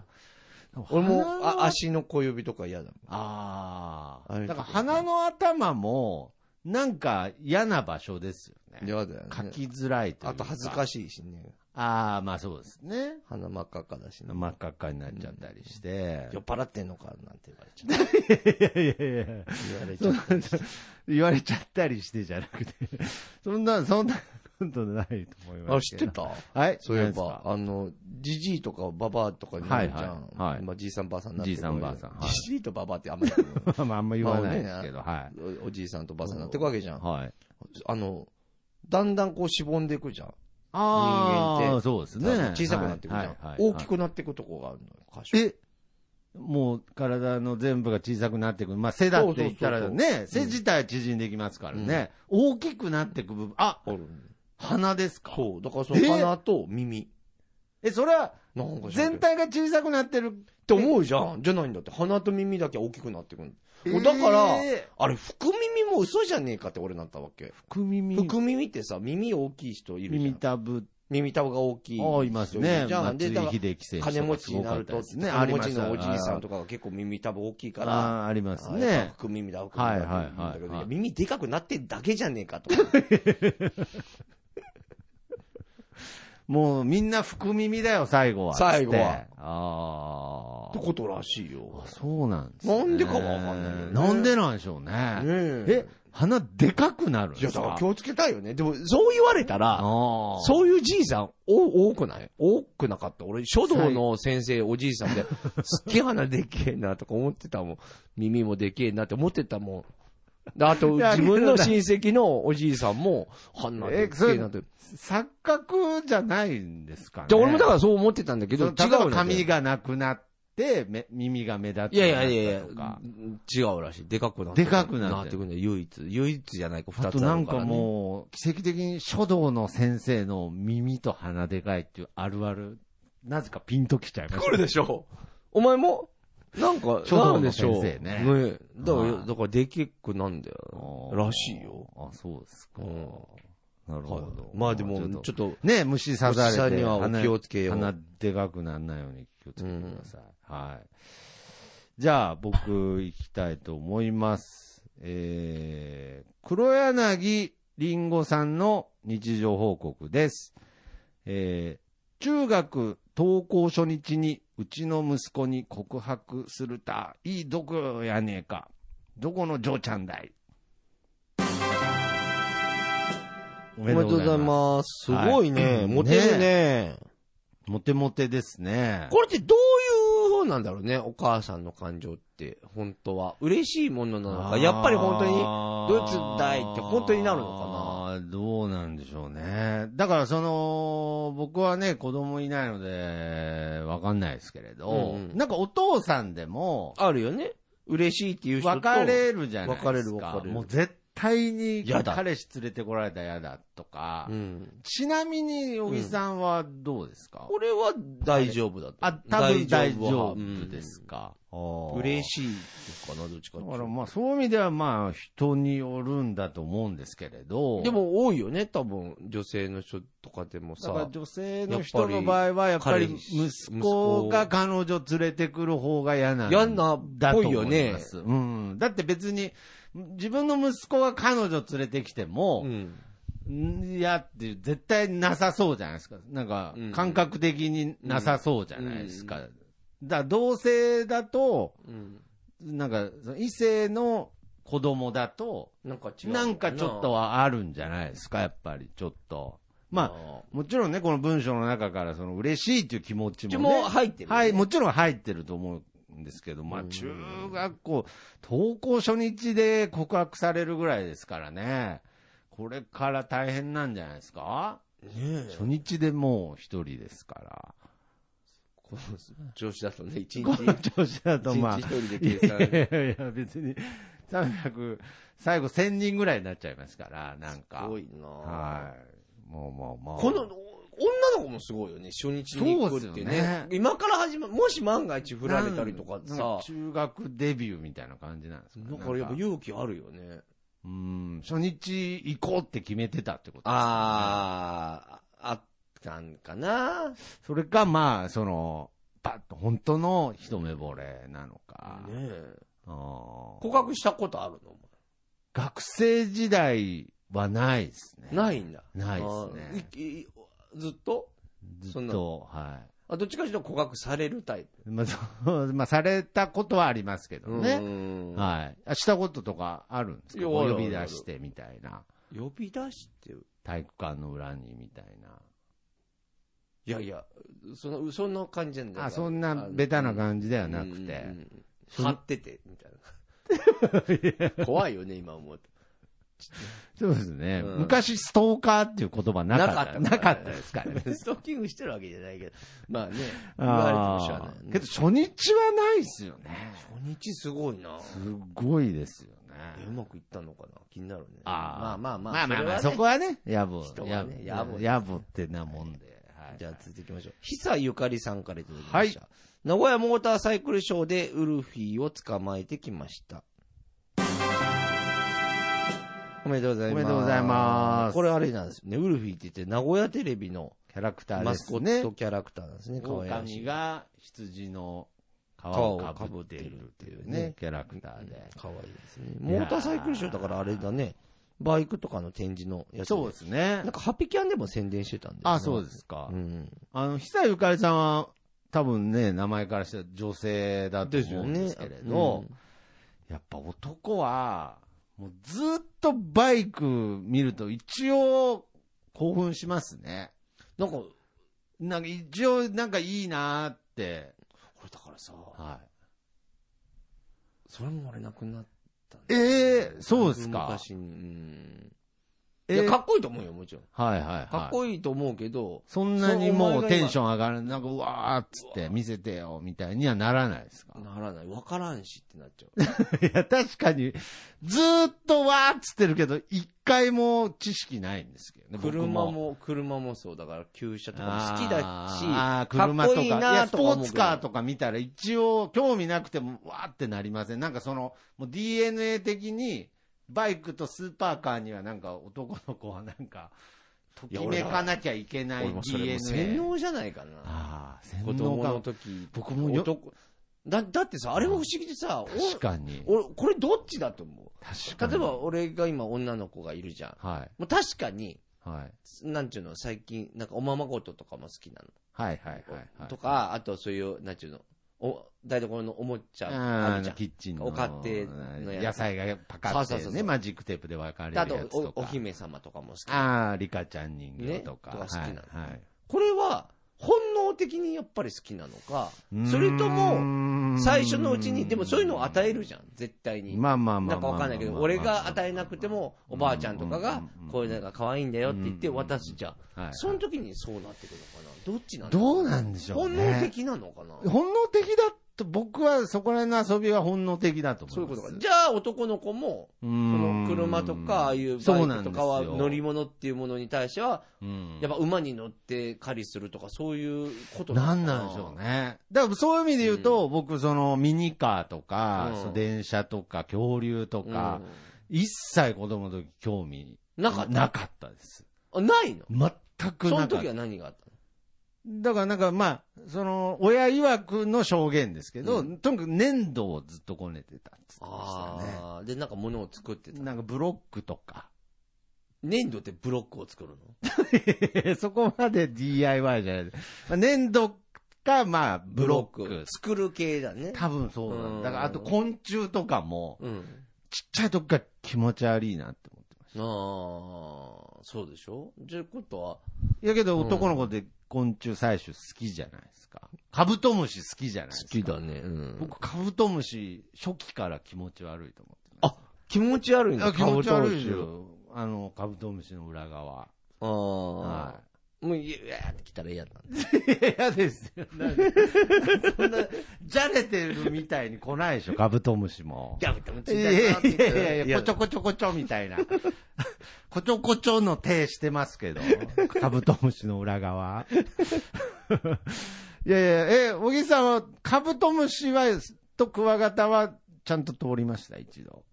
Speaker 1: 俺
Speaker 2: 俺
Speaker 1: も
Speaker 2: も、
Speaker 1: あ
Speaker 2: あ、
Speaker 1: 足の小指とか嫌だ
Speaker 2: あ
Speaker 1: あ
Speaker 2: ー
Speaker 1: れ
Speaker 2: だから鼻の頭も、なんか嫌な場所ですよね。
Speaker 1: 嫌だよね
Speaker 2: 書きづらいというか。
Speaker 1: あと恥ずかしいしね
Speaker 2: ああ、まあそうですね。
Speaker 1: 鼻真っ赤っかだしね
Speaker 2: 真っ赤っかになっちゃったりして。
Speaker 1: 酔っ払ってんのかなんて言われちゃう
Speaker 2: いやいやいや
Speaker 1: 言われち ゃったりして
Speaker 2: 言われちゃったりしてじゃなくて。そんな、そんなことないと思い
Speaker 1: あ
Speaker 2: ま
Speaker 1: れ知
Speaker 2: す
Speaker 1: っ
Speaker 2: け
Speaker 1: て
Speaker 2: ど。
Speaker 1: た
Speaker 2: はい。
Speaker 1: そういえ
Speaker 2: 何です
Speaker 1: ば
Speaker 2: か、
Speaker 1: あの、じじいとかばばあとかになるじゃん。
Speaker 2: はいはいはい
Speaker 1: まあ、じいさんばあさんになって
Speaker 2: じいさんばあさんはい
Speaker 1: じじいとばばあってあんまり言う
Speaker 2: まあ、あんま言わないですけど、は
Speaker 1: おおじいさんとばあさんになってくわけじゃ
Speaker 2: い。
Speaker 1: ん。
Speaker 2: はい。
Speaker 1: あの、だんだんこうしぼんでいくじゃん。
Speaker 2: あー
Speaker 1: 人間っ
Speaker 2: そうですね。
Speaker 1: 小さくなっていくじゃん
Speaker 2: はいはいは。い
Speaker 1: 大きくなっていくとこがあるのよ、歌手。
Speaker 2: えもう体の全部が小さくなっていく。まあ、背だって言ったら
Speaker 1: そうそう
Speaker 2: ね、背自体は縮んでいきますからね。大きくなっていく部分。あ、
Speaker 1: あるのよ
Speaker 2: 鼻ですか
Speaker 1: そう。だからその
Speaker 2: え
Speaker 1: 鼻と耳。
Speaker 2: え、それは
Speaker 1: なんか知らんけ
Speaker 2: 全
Speaker 1: ど
Speaker 2: 体が小さくなってる。
Speaker 1: って思うじゃん。じゃないんだって。鼻と耳だけ大きくなってくる。
Speaker 2: え
Speaker 1: だから
Speaker 2: ー、
Speaker 1: あれ、福耳も嘘じゃねえかって俺なったわけ。
Speaker 2: 福耳。
Speaker 1: 福耳ってさ、耳大きい人いるじゃ
Speaker 2: 耳
Speaker 1: ん。
Speaker 2: たぶ。
Speaker 1: 耳たぶが大きい人
Speaker 2: ああ、いますね。
Speaker 1: じゃん。
Speaker 2: 松
Speaker 1: で、
Speaker 2: 井
Speaker 1: だから
Speaker 2: 秀喜選手とか
Speaker 1: 金持ちになると、
Speaker 2: すごかった
Speaker 1: 金
Speaker 2: です
Speaker 1: 持
Speaker 2: ね
Speaker 1: ちのおじいさん
Speaker 2: と
Speaker 1: とかが結構耳たぶ大きい
Speaker 2: か
Speaker 1: から、
Speaker 2: あります
Speaker 1: あやっ
Speaker 2: ね
Speaker 1: ぱ。福耳だ、福耳だって言うんだけど、
Speaker 2: はいはいはいはい
Speaker 1: いや耳でかくなってんだけじゃねえ かとか。
Speaker 2: もうみんな福耳だよ、最後は。
Speaker 1: 最後は
Speaker 2: つってあ
Speaker 1: っ
Speaker 2: あ
Speaker 1: て。ことらしいよ
Speaker 2: あ。そうなんです、
Speaker 1: なんでかはわかんないけどね
Speaker 2: なんでなんでしょうね。
Speaker 1: ねえ
Speaker 2: え、鼻でかくなるん
Speaker 1: い
Speaker 2: で
Speaker 1: や、
Speaker 2: すか
Speaker 1: だから気をつけたいよね。でも、そう言われたら、
Speaker 2: ああ。
Speaker 1: そういうじいさん、お、多くない多くなかった。俺、書道の先生、おじいさ んで、すっげえ鼻でけえなとか思ってたもん。耳もでけえなって思ってたもん。であと、
Speaker 2: いや
Speaker 1: 自分の親戚のおじいさんも、鼻でけえなって。
Speaker 2: 錯覚じゃないんですかね。
Speaker 1: で、俺もだからそう思ってたんだけど、違う
Speaker 2: その例えば
Speaker 1: のよ
Speaker 2: 髪がなくなって、め耳が目立つ
Speaker 1: いやいやいやいや
Speaker 2: とか。、
Speaker 1: 違うらしい。でかくなって
Speaker 2: でかくなって
Speaker 1: くるんだよ。唯一。唯一じゃないか、
Speaker 2: あ
Speaker 1: 二
Speaker 2: と
Speaker 1: つあ
Speaker 2: な
Speaker 1: る
Speaker 2: ん
Speaker 1: か、
Speaker 2: から
Speaker 1: ね。
Speaker 2: もう、奇跡的に書道の先生の耳と鼻でかいっていうあるある、なぜかピンときちゃいまし
Speaker 1: 来るでしょお前もなんか、
Speaker 2: 書道
Speaker 1: なんで
Speaker 2: の
Speaker 1: しょう。
Speaker 2: 先生ね
Speaker 1: ねだから、
Speaker 2: はい
Speaker 1: だからでけっくなんだ
Speaker 2: た。
Speaker 1: よ。らしいよ。。
Speaker 2: あ、そうですか。
Speaker 1: うん
Speaker 2: なるほ
Speaker 1: はい
Speaker 2: ど。。
Speaker 1: まあでも、ちょっと、
Speaker 2: ね、虫刺され
Speaker 1: 虫
Speaker 2: て。
Speaker 1: 刺にはお気をつけよう
Speaker 2: 鼻鼻でかくならないように気をつけてください。はい。じゃあ、僕、行きたいと思います。えー、黒柳りんごさんの日常報告です。えー、中学登校初日に、うちの息子に告白するた、いいどこやねえか。どこの嬢ちゃんだい。お
Speaker 1: おめでとうございます。すごい
Speaker 2: は
Speaker 1: ね。
Speaker 2: い
Speaker 1: モテるね
Speaker 2: モテモテですね。
Speaker 1: これってどういう方なんだろうね、お母さんの感情って、本当は。嬉しいものなのか、やっぱり本当に、ドイツ大って本当になるのか
Speaker 2: などうなんでしょうね。だからその、僕はね、子供いないので、わかんないですけれど、
Speaker 1: うんうん
Speaker 2: なんかお父さんでも、
Speaker 1: あるよね。嬉しいっていう人と。
Speaker 2: 別れるじゃないですか。
Speaker 1: 別れる別れる
Speaker 2: もう絶対に
Speaker 1: やだ
Speaker 2: 彼氏連れてこられたら嫌だとか、
Speaker 1: うん。
Speaker 2: ちなみに、小木さんはどうですか、
Speaker 1: これは大丈夫だと。
Speaker 2: あ、多分大丈
Speaker 1: は
Speaker 2: 夫です。か。
Speaker 1: う
Speaker 2: 嬉
Speaker 1: ん嬉しいのかな、どっちかってい
Speaker 2: だか
Speaker 1: う
Speaker 2: ら
Speaker 1: と
Speaker 2: まあそういう意味ではまあ人によるんだと思うんですけれど。
Speaker 1: で、も多いよね、多分、女性の人とかでも
Speaker 2: だから
Speaker 1: さ。
Speaker 2: 女性の人の場合はやっぱり息
Speaker 1: 彼氏
Speaker 2: 子が彼女連れてくる方が嫌なんだ
Speaker 1: 嫌なっぽいよね
Speaker 2: だ。と思いますうん。だって別に自分の息子が彼女連れてきて
Speaker 1: う
Speaker 2: も、
Speaker 1: ん。
Speaker 2: んいやっていう絶対なさそうじゃないですか。なんか
Speaker 1: うん
Speaker 2: 感覚的になさそうじゃないですか。だから同性だと、
Speaker 1: うん。
Speaker 2: なんかその異性の子供だと、
Speaker 1: なんか違う。
Speaker 2: なんかちょっと、はあるんじゃないですか、やっぱり、ちょっと。ま
Speaker 1: あ、
Speaker 2: あ、もちろんね、この文章の中から、その、嬉しいっていう気持ち
Speaker 1: うち
Speaker 2: もね。
Speaker 1: も入ってる、ね。
Speaker 2: はい、もちろん入ってると思うんですけど、まあ、中学校、登校初日で告白されるぐらいですからね。これから大変なんじゃないですか
Speaker 1: ねえ
Speaker 2: 初日でもう一人ですから。
Speaker 1: この調子だとね、 一日、
Speaker 2: この調子だと
Speaker 1: 一
Speaker 2: まあ
Speaker 1: 日一、人
Speaker 2: い
Speaker 1: で計
Speaker 2: やい
Speaker 1: 算。
Speaker 2: やいや、別に、300、最後1000人ぐらいになっちゃいますから、なんか。
Speaker 1: すごいなぁ
Speaker 2: はい。もうもうもう。
Speaker 1: この、女の子もすごいよね、初日に行くって
Speaker 2: そうっす
Speaker 1: ね。
Speaker 2: よね
Speaker 1: 今から始まる、もし万が一振られたりとか
Speaker 2: な
Speaker 1: さ、
Speaker 2: んか中学デビューみたいな感じなんですかね
Speaker 1: だからやっぱ
Speaker 2: なんか
Speaker 1: 勇気あるよね。
Speaker 2: うん、初日行こうって決めてたってことですね
Speaker 1: あー、あったんかな
Speaker 2: それか、まあ、その、バッと本当の一目惚れなのか。
Speaker 1: ねえ
Speaker 2: うん
Speaker 1: 告白したことあるの
Speaker 2: 学生時代はないですね。。
Speaker 1: ないいんだ。
Speaker 2: ないですね。
Speaker 1: あーいいずっと
Speaker 2: ず
Speaker 1: そ
Speaker 2: っ
Speaker 1: んな
Speaker 2: と、はい。
Speaker 1: あどっちかというと告白されるタイ
Speaker 2: まあ、そう、まあ、されたことはありますけど
Speaker 1: プ。う
Speaker 2: ね。
Speaker 1: ん
Speaker 2: はい。あしたこととかあるんですか
Speaker 1: いやある
Speaker 2: 呼び出してみたいな。
Speaker 1: 呼び出して、
Speaker 2: 体育館の裏にみたい
Speaker 1: いやいや、そのそんな感じなんだ
Speaker 2: な。あ、そんなベタな感じではなくて。
Speaker 1: うん張ってて、みたい な。怖いよね、今思うと。
Speaker 2: そうですね、
Speaker 1: うん
Speaker 2: 昔ストーカーっていう言葉なかった。
Speaker 1: なか
Speaker 2: なか
Speaker 1: っ
Speaker 2: ったたですからね。
Speaker 1: ストッキングしてるわけじゃないけど、まあ ね、言われてもしゃあないよ
Speaker 2: あー
Speaker 1: ね。
Speaker 2: けど初日はないですよね。
Speaker 1: 初日すごいな。
Speaker 2: すごいですよ
Speaker 1: え
Speaker 2: ね
Speaker 1: う。まくいったのかな気になるね。
Speaker 2: あー
Speaker 1: まあまあ
Speaker 2: ま
Speaker 1: ま
Speaker 2: あ
Speaker 1: あ。
Speaker 2: まあまあ、
Speaker 1: れは
Speaker 2: そ
Speaker 1: ね
Speaker 2: こはね、野暮。
Speaker 1: 人はね
Speaker 2: 野暮野暮ってなもんで。はい
Speaker 1: じゃあ続いていきましょう。久ゆかりさんからいただきました。
Speaker 2: はい
Speaker 1: 名古屋モーターサイクルショーでウルフィーを捕まえてきました。おめでとうございます。
Speaker 2: おめでとうございます
Speaker 1: これあれなんですよね。ウルフィーって言って名古屋テレビの
Speaker 2: キャラクター
Speaker 1: マ
Speaker 2: で
Speaker 1: スコッ
Speaker 2: すね
Speaker 1: ト。キャラクターなんですね。可愛らしい。
Speaker 2: 狼が羊の皮をかぶっているっていうね、キャラクターで。
Speaker 1: 可愛いですね。モーターサイクルショーだからあれだね。バイクとかの展示のやつ。
Speaker 2: そうです
Speaker 1: な
Speaker 2: ね
Speaker 1: ん。かハピキャンでも宣伝してたんです。
Speaker 2: あ、そうですすか
Speaker 1: う。ん。
Speaker 2: あの、久ゆかりさんは、多分ね、名前からして女性だと
Speaker 1: です
Speaker 2: 思
Speaker 1: よ
Speaker 2: うんで
Speaker 1: ね
Speaker 2: す。けれ
Speaker 1: う
Speaker 2: ど
Speaker 1: ん、
Speaker 2: やっぱ男は、もうずっとバイク見ると一応興奮しますね。
Speaker 1: なんか、こ
Speaker 2: なんか一応なんかいいなーって。
Speaker 1: れだからさ、
Speaker 2: はい。
Speaker 1: それも俺なくなったんだ
Speaker 2: ええそうですか
Speaker 1: だいぶ昔に。うん。いや、
Speaker 2: えー
Speaker 1: かっこいいと思うよ、もちろん。
Speaker 2: はいはいはい。
Speaker 1: かっこいいと思うけど、
Speaker 2: そんなにもうテンション上がる、なんか、うわーっつって見せてよ、みたいにはならないですか。
Speaker 1: ならない。わからんしってなっちゃう。
Speaker 2: いや、確かに、ずーっとわーっつってるけど、一回も知識ないんですけどね。僕
Speaker 1: 車も、車もそう。だから、旧車とかも好きだし、
Speaker 2: あーあー
Speaker 1: か
Speaker 2: 車
Speaker 1: っ
Speaker 2: と
Speaker 1: こ
Speaker 2: か
Speaker 1: いい
Speaker 2: い
Speaker 1: な
Speaker 2: やス
Speaker 1: と
Speaker 2: ポ
Speaker 1: か思うけど
Speaker 2: ーツカーとか見たら一応興味なくてもわーってなりませんなんかそのもう DNA 的にバイクとスーパーカーにはなんか男の子はなんかときめかなきゃいけない
Speaker 1: 俺
Speaker 2: DNA
Speaker 1: もそれも洗脳じゃないかな。
Speaker 2: ああ洗
Speaker 1: 子
Speaker 2: 脳
Speaker 1: 供の
Speaker 2: か
Speaker 1: 時。
Speaker 2: 僕もよ
Speaker 1: 男だ、だってさ、あれも不思議でさ、
Speaker 2: 確かに
Speaker 1: お俺、これどっちだと思
Speaker 2: 確か
Speaker 1: う
Speaker 2: に
Speaker 1: 例えば、俺が今女の子がいるじゃん。
Speaker 2: はい
Speaker 1: もう確かに、
Speaker 2: はい
Speaker 1: なんちゅうの、最近、なんかおままごととかも好きなの。
Speaker 2: はいはいはいはい
Speaker 1: とか、あとそういう、なんちゅうの、お台所のおもちゃあ
Speaker 2: あ
Speaker 1: るじゃ
Speaker 2: の
Speaker 1: ん。
Speaker 2: キッチンの
Speaker 1: お勝手のやつ
Speaker 2: 野菜がパカっ
Speaker 1: そう
Speaker 2: て
Speaker 1: そうそうそ
Speaker 2: ね
Speaker 1: う
Speaker 2: マジックテープで分かれる
Speaker 1: で
Speaker 2: や
Speaker 1: あ
Speaker 2: つと
Speaker 1: と
Speaker 2: か
Speaker 1: お、お姫様とかも好き。
Speaker 2: ああリカちゃん人形
Speaker 1: ね
Speaker 2: とか
Speaker 1: とか好きなの
Speaker 2: はいはい
Speaker 1: これは、本能的にやっぱり好きなのか、それとも、
Speaker 2: も
Speaker 1: 最初のうちに、でもそういうのを与えるじゃん、絶対に。
Speaker 2: まあまあま
Speaker 1: な
Speaker 2: あまあ
Speaker 1: ん
Speaker 2: ま
Speaker 1: かわか
Speaker 2: あ。
Speaker 1: んないけど、俺が与えなくても、おばあちゃんとか
Speaker 2: う
Speaker 1: が
Speaker 2: んうんうんうん、
Speaker 1: こういうのが可愛いんだよって言って
Speaker 2: うんうんうん
Speaker 1: 渡すじゃん。
Speaker 2: はい、はい
Speaker 1: その時にそうなってくるのかなどっちなんだろ
Speaker 2: どうなんでしょう
Speaker 1: 本
Speaker 2: ね。
Speaker 1: 能的なのかな
Speaker 2: 本能的だと、僕はそこら辺の遊びは本能的だと思い
Speaker 1: そういう
Speaker 2: ま
Speaker 1: こ
Speaker 2: す。
Speaker 1: とか。じゃあ男の子も、
Speaker 2: そ
Speaker 1: その車とか、ああいうバイクとかは乗り物っていうものに対しては、やっぱ馬に乗って狩りするとかそういうことのか
Speaker 2: なんなんでしょう。ね。だからそういう意味で言うと、僕、そのミニカーとか、
Speaker 1: うん
Speaker 2: その電車とか、恐竜とか、一切子供の時興味
Speaker 1: うんなかった
Speaker 2: なかったです。
Speaker 1: あないの
Speaker 2: 全く
Speaker 1: そ
Speaker 2: なか
Speaker 1: の
Speaker 2: った
Speaker 1: 時。は何があったの
Speaker 2: だからなんかまあ、その、親曰くの証言ですけど、
Speaker 1: う
Speaker 2: とにかく粘土をずっとこねてたっつってましたね。
Speaker 1: ああー、で、なんか物を作ってた。
Speaker 2: なんかブロックとか。
Speaker 1: 粘土でブロックを作るの
Speaker 2: そこまで DIY じゃない。まあ、粘土か、まあ、ブロック。
Speaker 1: 作る系だね。
Speaker 2: 多分そうなん
Speaker 1: うん
Speaker 2: だ。だからあと昆虫とかも、
Speaker 1: うん。
Speaker 2: ちっちゃい時から気持ち悪いなって思ってまし
Speaker 1: ああ、そうでしょじゃあことは、
Speaker 2: た。いやけど男の子で昆虫採取好きじゃないですか。カブトムシ好きじゃないですか。
Speaker 1: ね。うん。
Speaker 2: 僕カブトムシ初期から気持ち悪いと思ってまし
Speaker 1: あ、
Speaker 2: た
Speaker 1: 気持ち悪いんだ、
Speaker 2: あ気持ち悪いです
Speaker 1: カブトムシ
Speaker 2: よ。あの、カブトムシの裏側。
Speaker 1: ああ、
Speaker 2: は
Speaker 1: もう、いやーって来たら嫌なんで。
Speaker 2: 嫌ですよ。なんでそんな、じゃれてるみたいに来ないでしょ、カブトムシも。
Speaker 1: ギャブっても
Speaker 2: い
Speaker 1: ちっち
Speaker 2: や
Speaker 1: ゃ
Speaker 2: い
Speaker 1: い
Speaker 2: や
Speaker 1: なって言っ
Speaker 2: い
Speaker 1: たら
Speaker 2: やいや、こちょ
Speaker 1: 嫌
Speaker 2: こちょこちょみたいな。こちょこちょの手してますけど、カブトムシの裏側。いやいや、え、小木さんは、カブトムシは、とクワガタは、ちゃんと通りました、一度。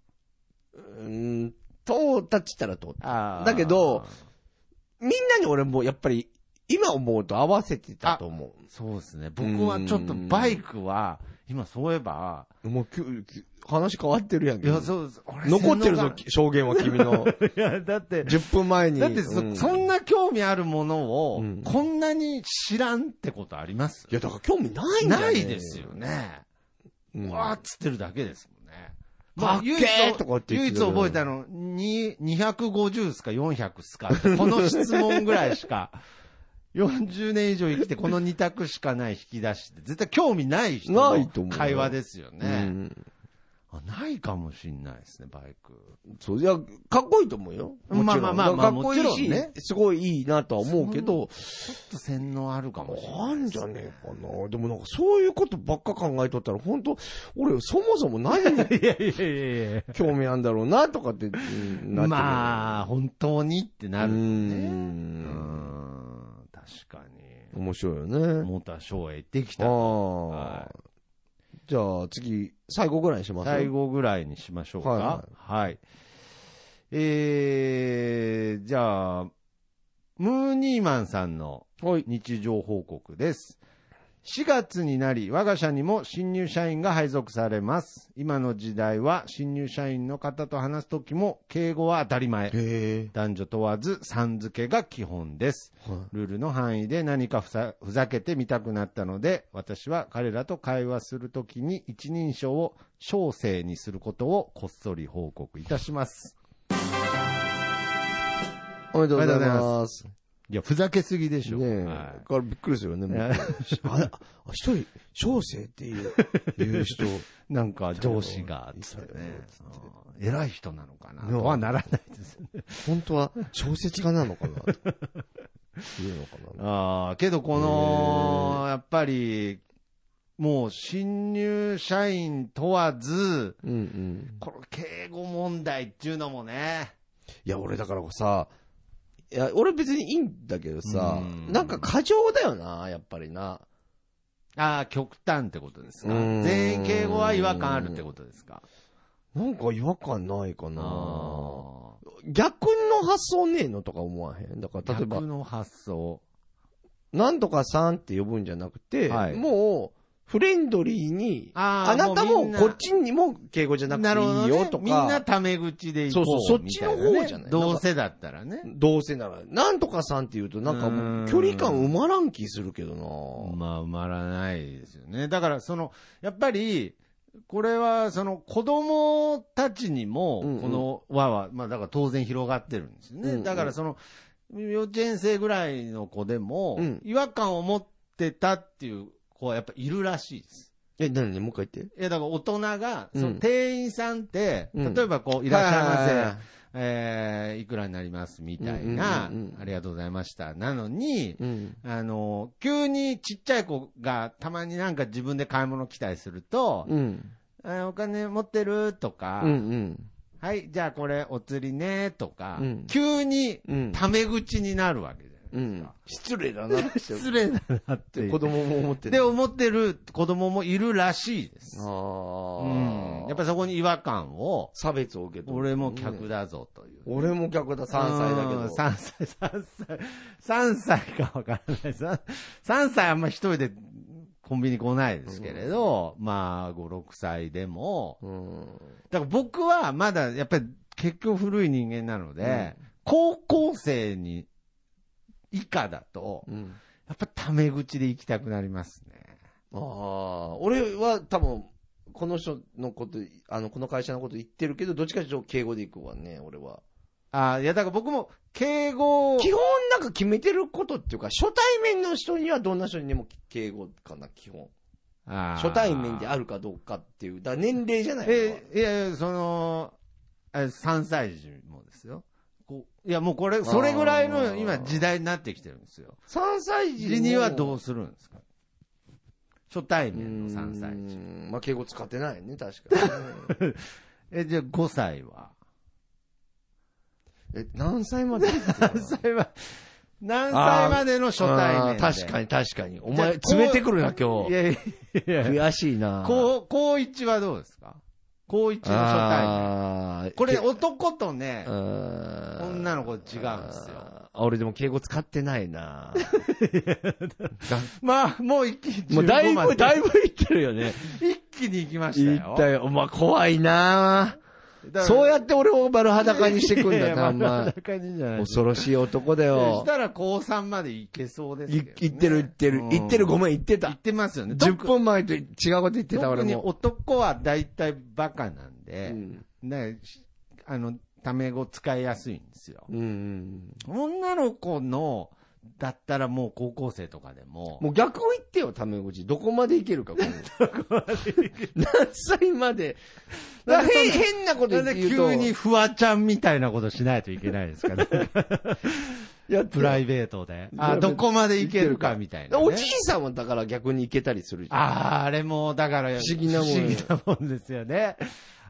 Speaker 1: うーん、通ったっちったら通った。
Speaker 2: あー
Speaker 1: だけど、みんなに俺もやっぱり、今思うと合わせてたと思
Speaker 2: そうですね。僕はちょっとバイクは、今そういえば、
Speaker 1: う。もうきゅ、きゅ話変わってるやん
Speaker 2: い
Speaker 1: け。
Speaker 2: や、そうです。俺
Speaker 1: 残ってる
Speaker 2: 洗
Speaker 1: ぞ
Speaker 2: 脳、が
Speaker 1: 証言は君 の。
Speaker 2: いや、だって、
Speaker 1: 10分前に。
Speaker 2: だってそ、
Speaker 1: うん
Speaker 2: そんな興味あるものを、
Speaker 1: うん
Speaker 2: こんなに知らんってことあります
Speaker 1: いや、だから興味ないんだよ、ね。
Speaker 2: ないですよ。ね。
Speaker 1: うん、
Speaker 2: わーっつってるだけですもんね。
Speaker 1: かっけーとかって言っ
Speaker 2: 唯
Speaker 1: て
Speaker 2: 一
Speaker 1: たけど
Speaker 2: 覚えたの、に250っすか400っすかってこの質問ぐらいしか、40年以上生きてこの2択しかない引き出しって、絶対興味ない人
Speaker 1: ない
Speaker 2: の
Speaker 1: と思うよ
Speaker 2: 会話ですよね。
Speaker 1: うん。
Speaker 2: あないかもしんないですね、バイク。
Speaker 1: そう、いや、かっこいいと思うよ。もちろん
Speaker 2: まあまあまあまあ
Speaker 1: だからかっこいい
Speaker 2: もちろ
Speaker 1: し、
Speaker 2: んね
Speaker 1: すごいいいなとは思うけど、
Speaker 2: ちょっと洗脳あるかもしれない。
Speaker 1: なんじゃねえかな。でもなんかそういうことばっか考えとったら、本当俺そもそも何に
Speaker 2: いやいやいやいや。
Speaker 1: 興味あるんだろうなとかって、うんなって
Speaker 2: まあ、本当にって
Speaker 1: あ
Speaker 2: な
Speaker 1: う
Speaker 2: るんですね。うー
Speaker 1: ん。
Speaker 2: ん、確かに。
Speaker 1: 面白いよね。
Speaker 2: モーターショーへ行ってき
Speaker 1: あ
Speaker 2: た。
Speaker 1: あ、
Speaker 2: は
Speaker 1: じゃあ次、最後ぐらいにします
Speaker 2: 最後ぐらいにしましょうか。
Speaker 1: はい
Speaker 2: はい。えー、じゃあ、ムーニーマンさんの日常報告です。4月になり、我が社にも新入社員が配属されます。今の時代は新入社員の方と話すときも敬語は当たり前。
Speaker 1: へ
Speaker 2: 男女問わずさん付けが基本です。
Speaker 1: え。はい
Speaker 2: ルールの範囲で何かふざふざけてみたくなったので、私は彼らと会話するときに一人称を小生にすることをこっそり報告いたします。
Speaker 1: おめでとうござい
Speaker 2: おめでとうご
Speaker 1: ます。
Speaker 2: いや、ふざけすぎでしょ。
Speaker 1: ねえ、だ
Speaker 2: は
Speaker 1: からびっくりするよね、
Speaker 2: い
Speaker 1: も
Speaker 2: いうや
Speaker 1: あれ、あ一人、小生っていう、いう 人、
Speaker 2: なんか上司が、つってね。うん偉い人なのかなとはならないですよね。
Speaker 1: 本当は小説家なのかなというのかな。
Speaker 2: ああ、けどこの、やっぱり、もう新入社員問わず、
Speaker 1: うんうん。
Speaker 2: この敬語問題っていうのもね。
Speaker 1: いや、俺だからさ、いや、俺別にいいんだけどさ
Speaker 2: う、ん
Speaker 1: なんか過剰だよな、やっぱりな。
Speaker 2: ああ、極端ってことですか。
Speaker 1: うん
Speaker 2: 全員敬語は違和感あるってことですか。
Speaker 1: なんか違和感ないか
Speaker 2: あ
Speaker 1: な。
Speaker 2: あ。
Speaker 1: 逆の発想ねえのとか思わへん。だから例えば
Speaker 2: 逆、の発想。
Speaker 1: なんとかさんって呼ぶんじゃなくて、
Speaker 2: はい
Speaker 1: もう、フレンドリーに、
Speaker 2: あー
Speaker 1: あなた
Speaker 2: もう
Speaker 1: も
Speaker 2: みんな
Speaker 1: こっちにも敬語じゃなく
Speaker 2: なる
Speaker 1: て
Speaker 2: ほど
Speaker 1: いいよと
Speaker 2: ね、みんな
Speaker 1: か、
Speaker 2: タメ口でいこう
Speaker 1: そうそうそっちの方
Speaker 2: みたね
Speaker 1: じゃない
Speaker 2: どうせだったらね。
Speaker 1: どうせなら、なんとかさんって言うとなんかも
Speaker 2: うーん
Speaker 1: う距離感埋まらん気するけどな
Speaker 2: まあ、埋まらないですよね。だから、その、やっぱり、これは、その、子供たちにも
Speaker 1: うんうん、
Speaker 2: この輪は、まあ、だから当然広がってるんですよね。
Speaker 1: うんうん
Speaker 2: だから、その、幼稚園生ぐらいの子でも、
Speaker 1: うん
Speaker 2: 違和感を持ってたっていう子はやっぱいるらしいです。
Speaker 1: え、なにもう一回言って。
Speaker 2: いや、だから大人が、
Speaker 1: うん
Speaker 2: その店員さんって、
Speaker 1: うん
Speaker 2: 例えばこう、いらっしゃいま
Speaker 1: は
Speaker 2: せ、
Speaker 1: いはいはい
Speaker 2: えーいくらになりますみたいな、
Speaker 1: うんうんうんうん
Speaker 2: ありがとうございました。なのに、
Speaker 1: うん。
Speaker 2: あの、急にちっちゃい子がたまになんか自分で買い物来たりすると、
Speaker 1: うん。
Speaker 2: あーお金持ってるとか、
Speaker 1: うんうん。
Speaker 2: はい、じゃあこれお釣りねとか、
Speaker 1: うん
Speaker 2: 急に
Speaker 1: うん。
Speaker 2: タメ口になるわけじゃ
Speaker 1: う
Speaker 2: ないです
Speaker 1: ん
Speaker 2: か。。
Speaker 1: 失礼だなって
Speaker 2: 失礼だなっていう
Speaker 1: 子供も思って
Speaker 2: で、
Speaker 1: る。
Speaker 2: 思ってる子供もいるらしいです。
Speaker 1: あ
Speaker 2: うん
Speaker 1: あ。
Speaker 2: やっぱりそこに違和感を、
Speaker 1: 差別を受け取る。
Speaker 2: 俺も客だぞという。
Speaker 1: 俺も客だ、3歳だけ
Speaker 2: うん
Speaker 1: ど。
Speaker 2: 3歳、3歳、3歳かわからない。3, 3歳あんま一人でコンビニ来ないですけれど、まあ、5、6歳でも、
Speaker 1: うん。
Speaker 2: だから僕はまだやっぱり結局古い人間なので、
Speaker 1: う
Speaker 2: 高校生に、以下だと、
Speaker 1: うん。
Speaker 2: やっぱタメ口で行きたくなりますね。
Speaker 1: ああ、俺は多分、この人のこと、あの、この会社のこと言ってるけど、どっちかというと敬語で行くわね、俺は。
Speaker 2: ああ、いやだから僕も敬語を
Speaker 1: 基本なんか決めてることっていうか、初対面の人にはどんな人にでも敬語かな、基本。
Speaker 2: あー
Speaker 1: 初対面であるかどうかっていう。だから年齢じゃないの。
Speaker 2: え、いやいや、その、え3歳児もですよ。こういや、もうこれ、それぐらいの今時代になってきてるんですよ。
Speaker 1: 3歳児
Speaker 2: 時にはど
Speaker 1: う
Speaker 2: うするんですか初対面の3歳児。
Speaker 1: 児。まあ、敬語使ってないね、確か に。
Speaker 2: え、じゃあ5歳は
Speaker 1: え、何歳まで
Speaker 2: 何歳は、何歳までの初対面で
Speaker 1: あー確かに確かに。お
Speaker 2: じゃあ
Speaker 1: 前、詰めてくるな、今
Speaker 2: い
Speaker 1: 日。
Speaker 2: やいやいや、
Speaker 1: 悔しいな。
Speaker 2: 高、高一はどうですか高一の初対面。
Speaker 1: あー
Speaker 2: これ、男とね、
Speaker 1: 女
Speaker 2: 女の子違うんですよ。
Speaker 1: 俺でも敬語使ってない な
Speaker 2: まあ、もう一気に15
Speaker 1: もうだい
Speaker 2: まで
Speaker 1: ぶ、だいぶいってるよね。
Speaker 2: 一気に行きました
Speaker 1: い
Speaker 2: よ。
Speaker 1: ったよ。お前怖いな
Speaker 2: だから
Speaker 1: そうやって俺を丸裸にしてくん
Speaker 2: いや
Speaker 1: だ
Speaker 2: い
Speaker 1: な、
Speaker 2: や
Speaker 1: お前。
Speaker 2: 真ん中にじゃない
Speaker 1: 恐ろしい男だ
Speaker 2: そ
Speaker 1: よ
Speaker 2: し。たら高3まで行けそうです
Speaker 1: い
Speaker 2: けどね
Speaker 1: 言ってる言ってる。
Speaker 2: うん
Speaker 1: 言ってる、ごめん、言って。
Speaker 2: 言ったてますよね。
Speaker 1: 10分前と違うこと言ってた、
Speaker 2: 特
Speaker 1: 俺
Speaker 2: に
Speaker 1: も。
Speaker 2: 男は大体バカなんで、
Speaker 1: うん
Speaker 2: ねしあの、タメ語使いやすいんですよ。
Speaker 1: うんうん。
Speaker 2: 女の子の、だったらもう高校生とかでも、
Speaker 1: もう逆を言ってよ、タメ口。どこまでいけるか、この 何歳まで。
Speaker 2: なんでそん
Speaker 1: 変
Speaker 2: な
Speaker 1: 変なこと言
Speaker 2: なん
Speaker 1: って
Speaker 2: で
Speaker 1: 言うと。
Speaker 2: 急にフワちゃんみたいなことしないといけないです かね。
Speaker 1: やって
Speaker 2: プライベートで。あ、
Speaker 1: い
Speaker 2: どこまでいけるかみたいな、ね。
Speaker 1: おじいさんはだから逆にいけたりするじゃん。
Speaker 2: ああ、あれも、だから、
Speaker 1: 不思議なもんよ
Speaker 2: 不思議なもんですよね。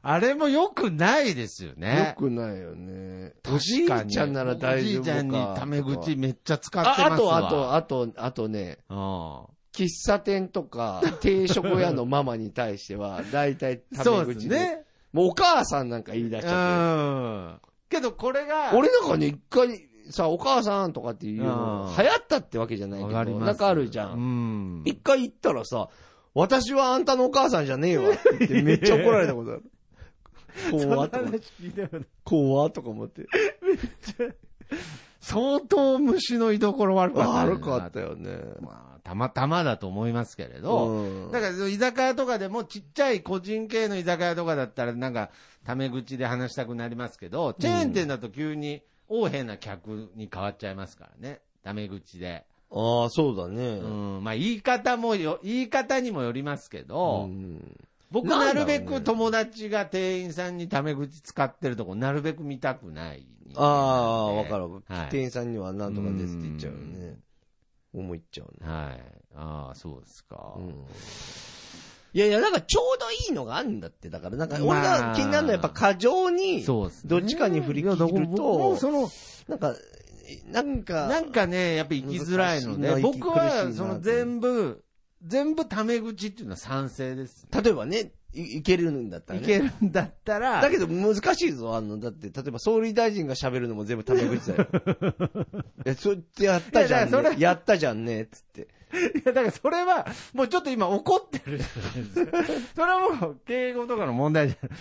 Speaker 2: あれも良くないですよ
Speaker 1: よ
Speaker 2: ね。
Speaker 1: くないよね。おじ
Speaker 2: 確
Speaker 1: い
Speaker 2: かに
Speaker 1: ちゃんなら大丈
Speaker 2: お
Speaker 1: 夫
Speaker 2: じいち
Speaker 1: か。
Speaker 2: ゃんにタメ
Speaker 1: とか
Speaker 2: 口めっちゃ使ってますわ
Speaker 1: あ、あと、あと、あと、あとね、
Speaker 2: と。
Speaker 1: 喫茶店とか、定食屋のママに対して は、大体
Speaker 2: うん。
Speaker 1: タ
Speaker 2: そ
Speaker 1: メ
Speaker 2: うです
Speaker 1: 口で。
Speaker 2: ね。
Speaker 1: もうお母さんなんか言い出し
Speaker 2: う
Speaker 1: ちゃっ
Speaker 2: ん。けど、これが、
Speaker 1: て。俺なんかね、一回、さ、お母さんとかっていうの、
Speaker 2: うん
Speaker 1: 流行ったってわけじゃない
Speaker 2: わ
Speaker 1: け
Speaker 2: かり
Speaker 1: ど、
Speaker 2: ます。
Speaker 1: なんかあるじゃ。
Speaker 2: うんん。
Speaker 1: 一回行ったらさ、私はあんたのお母さんじゃねえわって言ってめっちゃ怒られたことあ る。怖っとか思って、
Speaker 2: 聞いたよね
Speaker 1: 怖っとか思って。
Speaker 2: 相当虫の居所悪かったよね。
Speaker 1: 悪かったよね。
Speaker 2: まあ、たまたまだと思いますけれど。
Speaker 1: うん
Speaker 2: だから、居酒屋とかでも、ちっちゃい個人系の居酒屋とかだったら、なんか、タメ口で話したくなりますけど、チェーン店だと急に、横柄な客に変わっちゃいますからね。タメ口で。
Speaker 1: ああ、そうだね。
Speaker 2: うん。まあ、言い方もよ、言い方にもよりますけど、
Speaker 1: うん
Speaker 2: 僕
Speaker 1: なんだ
Speaker 2: な
Speaker 1: ろ
Speaker 2: る
Speaker 1: うね
Speaker 2: べく友達が店員さんにタメ口使ってるとこ、なるべく見たくない。
Speaker 1: ああ、わかるわかる
Speaker 2: はい
Speaker 1: 店員さんにはなんとかですって言っちゃうよね。思いっちゃうね。
Speaker 2: はい。ああ、そうですか。
Speaker 1: うんいやいや、なんかちょうどいいのがあるんだって。だから、なんか俺
Speaker 2: ま
Speaker 1: が
Speaker 2: あ
Speaker 1: 気になるのはやっぱ過剰に、
Speaker 2: そうですね。
Speaker 1: どっちかに振り切ると
Speaker 2: いやだから僕もその、
Speaker 1: なんか、なんか、
Speaker 2: なんかね、やっぱ行きづらいので、
Speaker 1: 難しいな
Speaker 2: 僕
Speaker 1: 息苦しい
Speaker 2: は
Speaker 1: な
Speaker 2: その全部、全部タメ口っていうのは賛成です。
Speaker 1: 例えばね、いいけるんだったら
Speaker 2: い
Speaker 1: ね。
Speaker 2: けるんだったら、
Speaker 1: だけど難しいぞ、あの、だって、例えば総理大臣が喋るのも全部タメ口だ よ。え、そうやってやったじゃん
Speaker 2: いやだか
Speaker 1: ね
Speaker 2: らそ。れ
Speaker 1: やったじゃんね、つって。
Speaker 2: いやだからそれは、もうちょっと今怒ってるじゃな いですか。それはもう敬語とかの問題じゃない。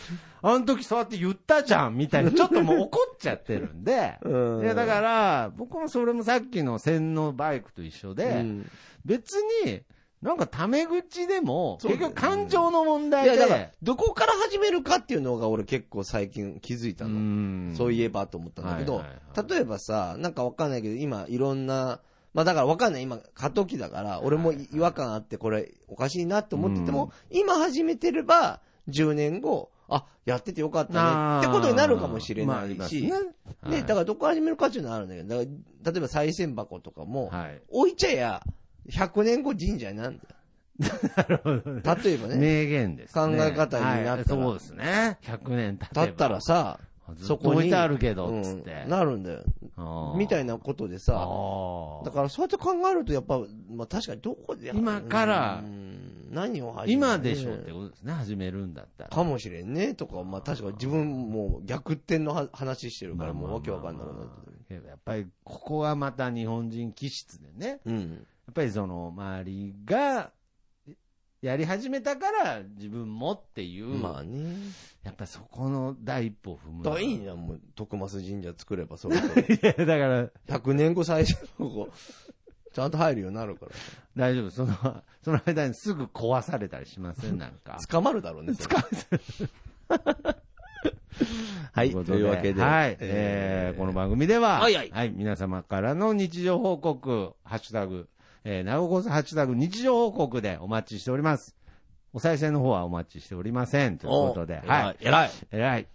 Speaker 2: あの時そうやって言ったじゃんみたいな、ちょっともう怒っちゃってるんで。
Speaker 1: うん
Speaker 2: いやだから、僕もそれもさっきの洗脳バイクと一緒で、
Speaker 1: うん
Speaker 2: 別に、なんかタメ口でも、
Speaker 1: そう
Speaker 2: 結
Speaker 1: だよね
Speaker 2: 局感情の問題
Speaker 1: い
Speaker 2: で。
Speaker 1: や、だから、どこから始めるかっていうのが俺結構最近気づいた
Speaker 2: う
Speaker 1: の。
Speaker 2: ん
Speaker 1: そういえばと思ったんだけど
Speaker 2: はいはいはい、
Speaker 1: 例えばさ、なんかわかんないけど、今いろんな、まあだからわかんない、今過渡期だから、俺も違和感あってこれおかしいなって思ってても、今始めてれば、10年後、あ、やっててよかったねってことになるかもしれないし、で、だ
Speaker 2: か
Speaker 1: からどこ始めるかっていうのはあるんだけど、だから例えば再銭箱とかも、
Speaker 2: はい。
Speaker 1: 置いちゃや、100年後神社になん だよ。例えばね、
Speaker 2: 名言です、ね。
Speaker 1: 考え方になったら
Speaker 2: はいそうですね。100年経てば
Speaker 1: だったら、さ、
Speaker 2: ず
Speaker 1: そ
Speaker 2: っと
Speaker 1: こに。
Speaker 2: 置いてあるけど、
Speaker 1: うん
Speaker 2: つって。
Speaker 1: なるんだよ。みたい
Speaker 2: な。
Speaker 1: なことで
Speaker 2: あ
Speaker 1: さ、
Speaker 2: ー
Speaker 1: だからそうやって考えると、やっぱ、まあ確かにどこでや
Speaker 2: 今から
Speaker 1: うん何を始める
Speaker 2: 今でしょってことですね。始めるんだったら。
Speaker 1: かもしれんね、とか、まあ確かに自分もう逆転のは話してるか
Speaker 2: まあ
Speaker 1: ら、
Speaker 2: まあまあ
Speaker 1: もうわけわかんなくなってる。
Speaker 2: けどやっぱり、ここはまた日本人気質でね。
Speaker 1: うん。
Speaker 2: やっぱりその、周りが、やり始めたから自分もっていう、
Speaker 1: まあね。
Speaker 2: やっぱそこの第一歩を踏む。
Speaker 1: だからいい
Speaker 2: い
Speaker 1: じゃん、もう、徳増神社作れば、それ こ
Speaker 2: や、 だから、
Speaker 1: そ100年後最初の子、ちゃんと入るようになるから。
Speaker 2: 大丈夫。その、その間にすぐ壊されたりしませんなんか。
Speaker 1: 捕まるだろうね。捕まる。はい、
Speaker 2: こと
Speaker 1: いうわけで。
Speaker 2: はい。えーこの番組では、
Speaker 1: はいはい
Speaker 2: 皆様からの日常報告、ハッシュタグ、えー、名古屋ハッシュタグ、日常報告でお待ちしております。お再生の方はお待ちしておりません。ということで、
Speaker 1: は。
Speaker 2: はい
Speaker 1: 偉い。
Speaker 2: い。えらい。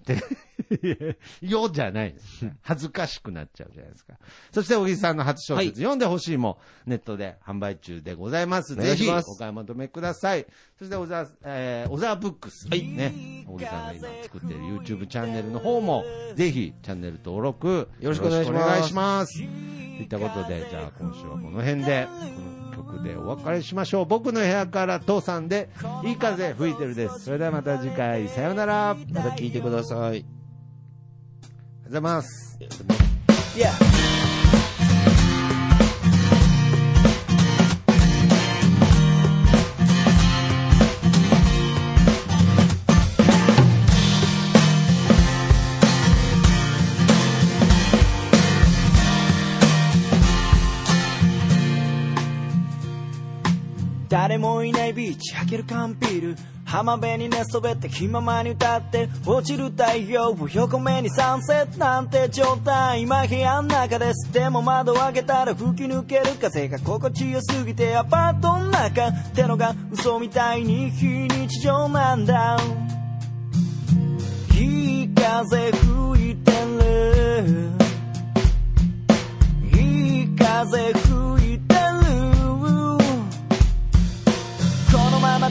Speaker 2: でよじゃないんです。恥ずかしくなっちゃうじゃないですか。そして、小木さんの初小説、
Speaker 1: はい
Speaker 2: 読んでほしいも、ネットで販売中でございます。
Speaker 1: お願
Speaker 2: ぜ
Speaker 1: いし
Speaker 2: ひ、
Speaker 1: ます
Speaker 2: お買い求めください。そして、小沢、えー、小沢ブックス、ね、小木さんが今作っている YouTube チャンネルの方も、ぜひ、チャンネル登録、
Speaker 1: よろしくお願いします
Speaker 2: よろくお願いします。といったことで、じゃあ、今週はこの辺で、この曲でお別れしましょう。僕の部屋から父さんで、いい風吹いてるです。それではまた次回、さようなら。ありが
Speaker 1: ま
Speaker 2: と
Speaker 1: た聞いてください。
Speaker 2: うございます。
Speaker 3: 誰もいないビーチ開ける缶ビール浜辺に寝そべって気ままに歌って落ちる太陽を横目にサンセットなんて状態今部屋の中ですでも窓を開けたら吹き抜ける風が心地よすぎてアパートの中ってのが嘘みたいに非日常なんだいい風吹いてるいい風吹いてるこのまま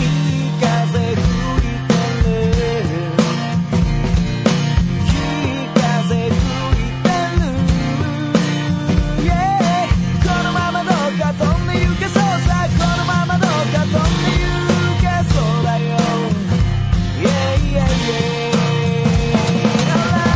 Speaker 3: いい風吹いてるいい風吹いてる Yeah このままどうか飛んで行けそうさこのままどうか飛んで行けそうだよ Yeah, yeah, yeah. Alright.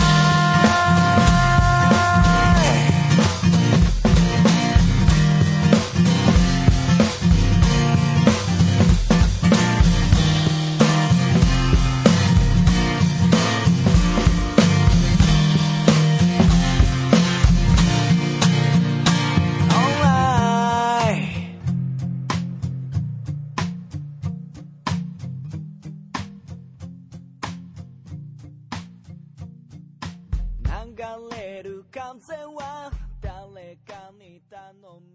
Speaker 3: 流れる風は誰かに頼む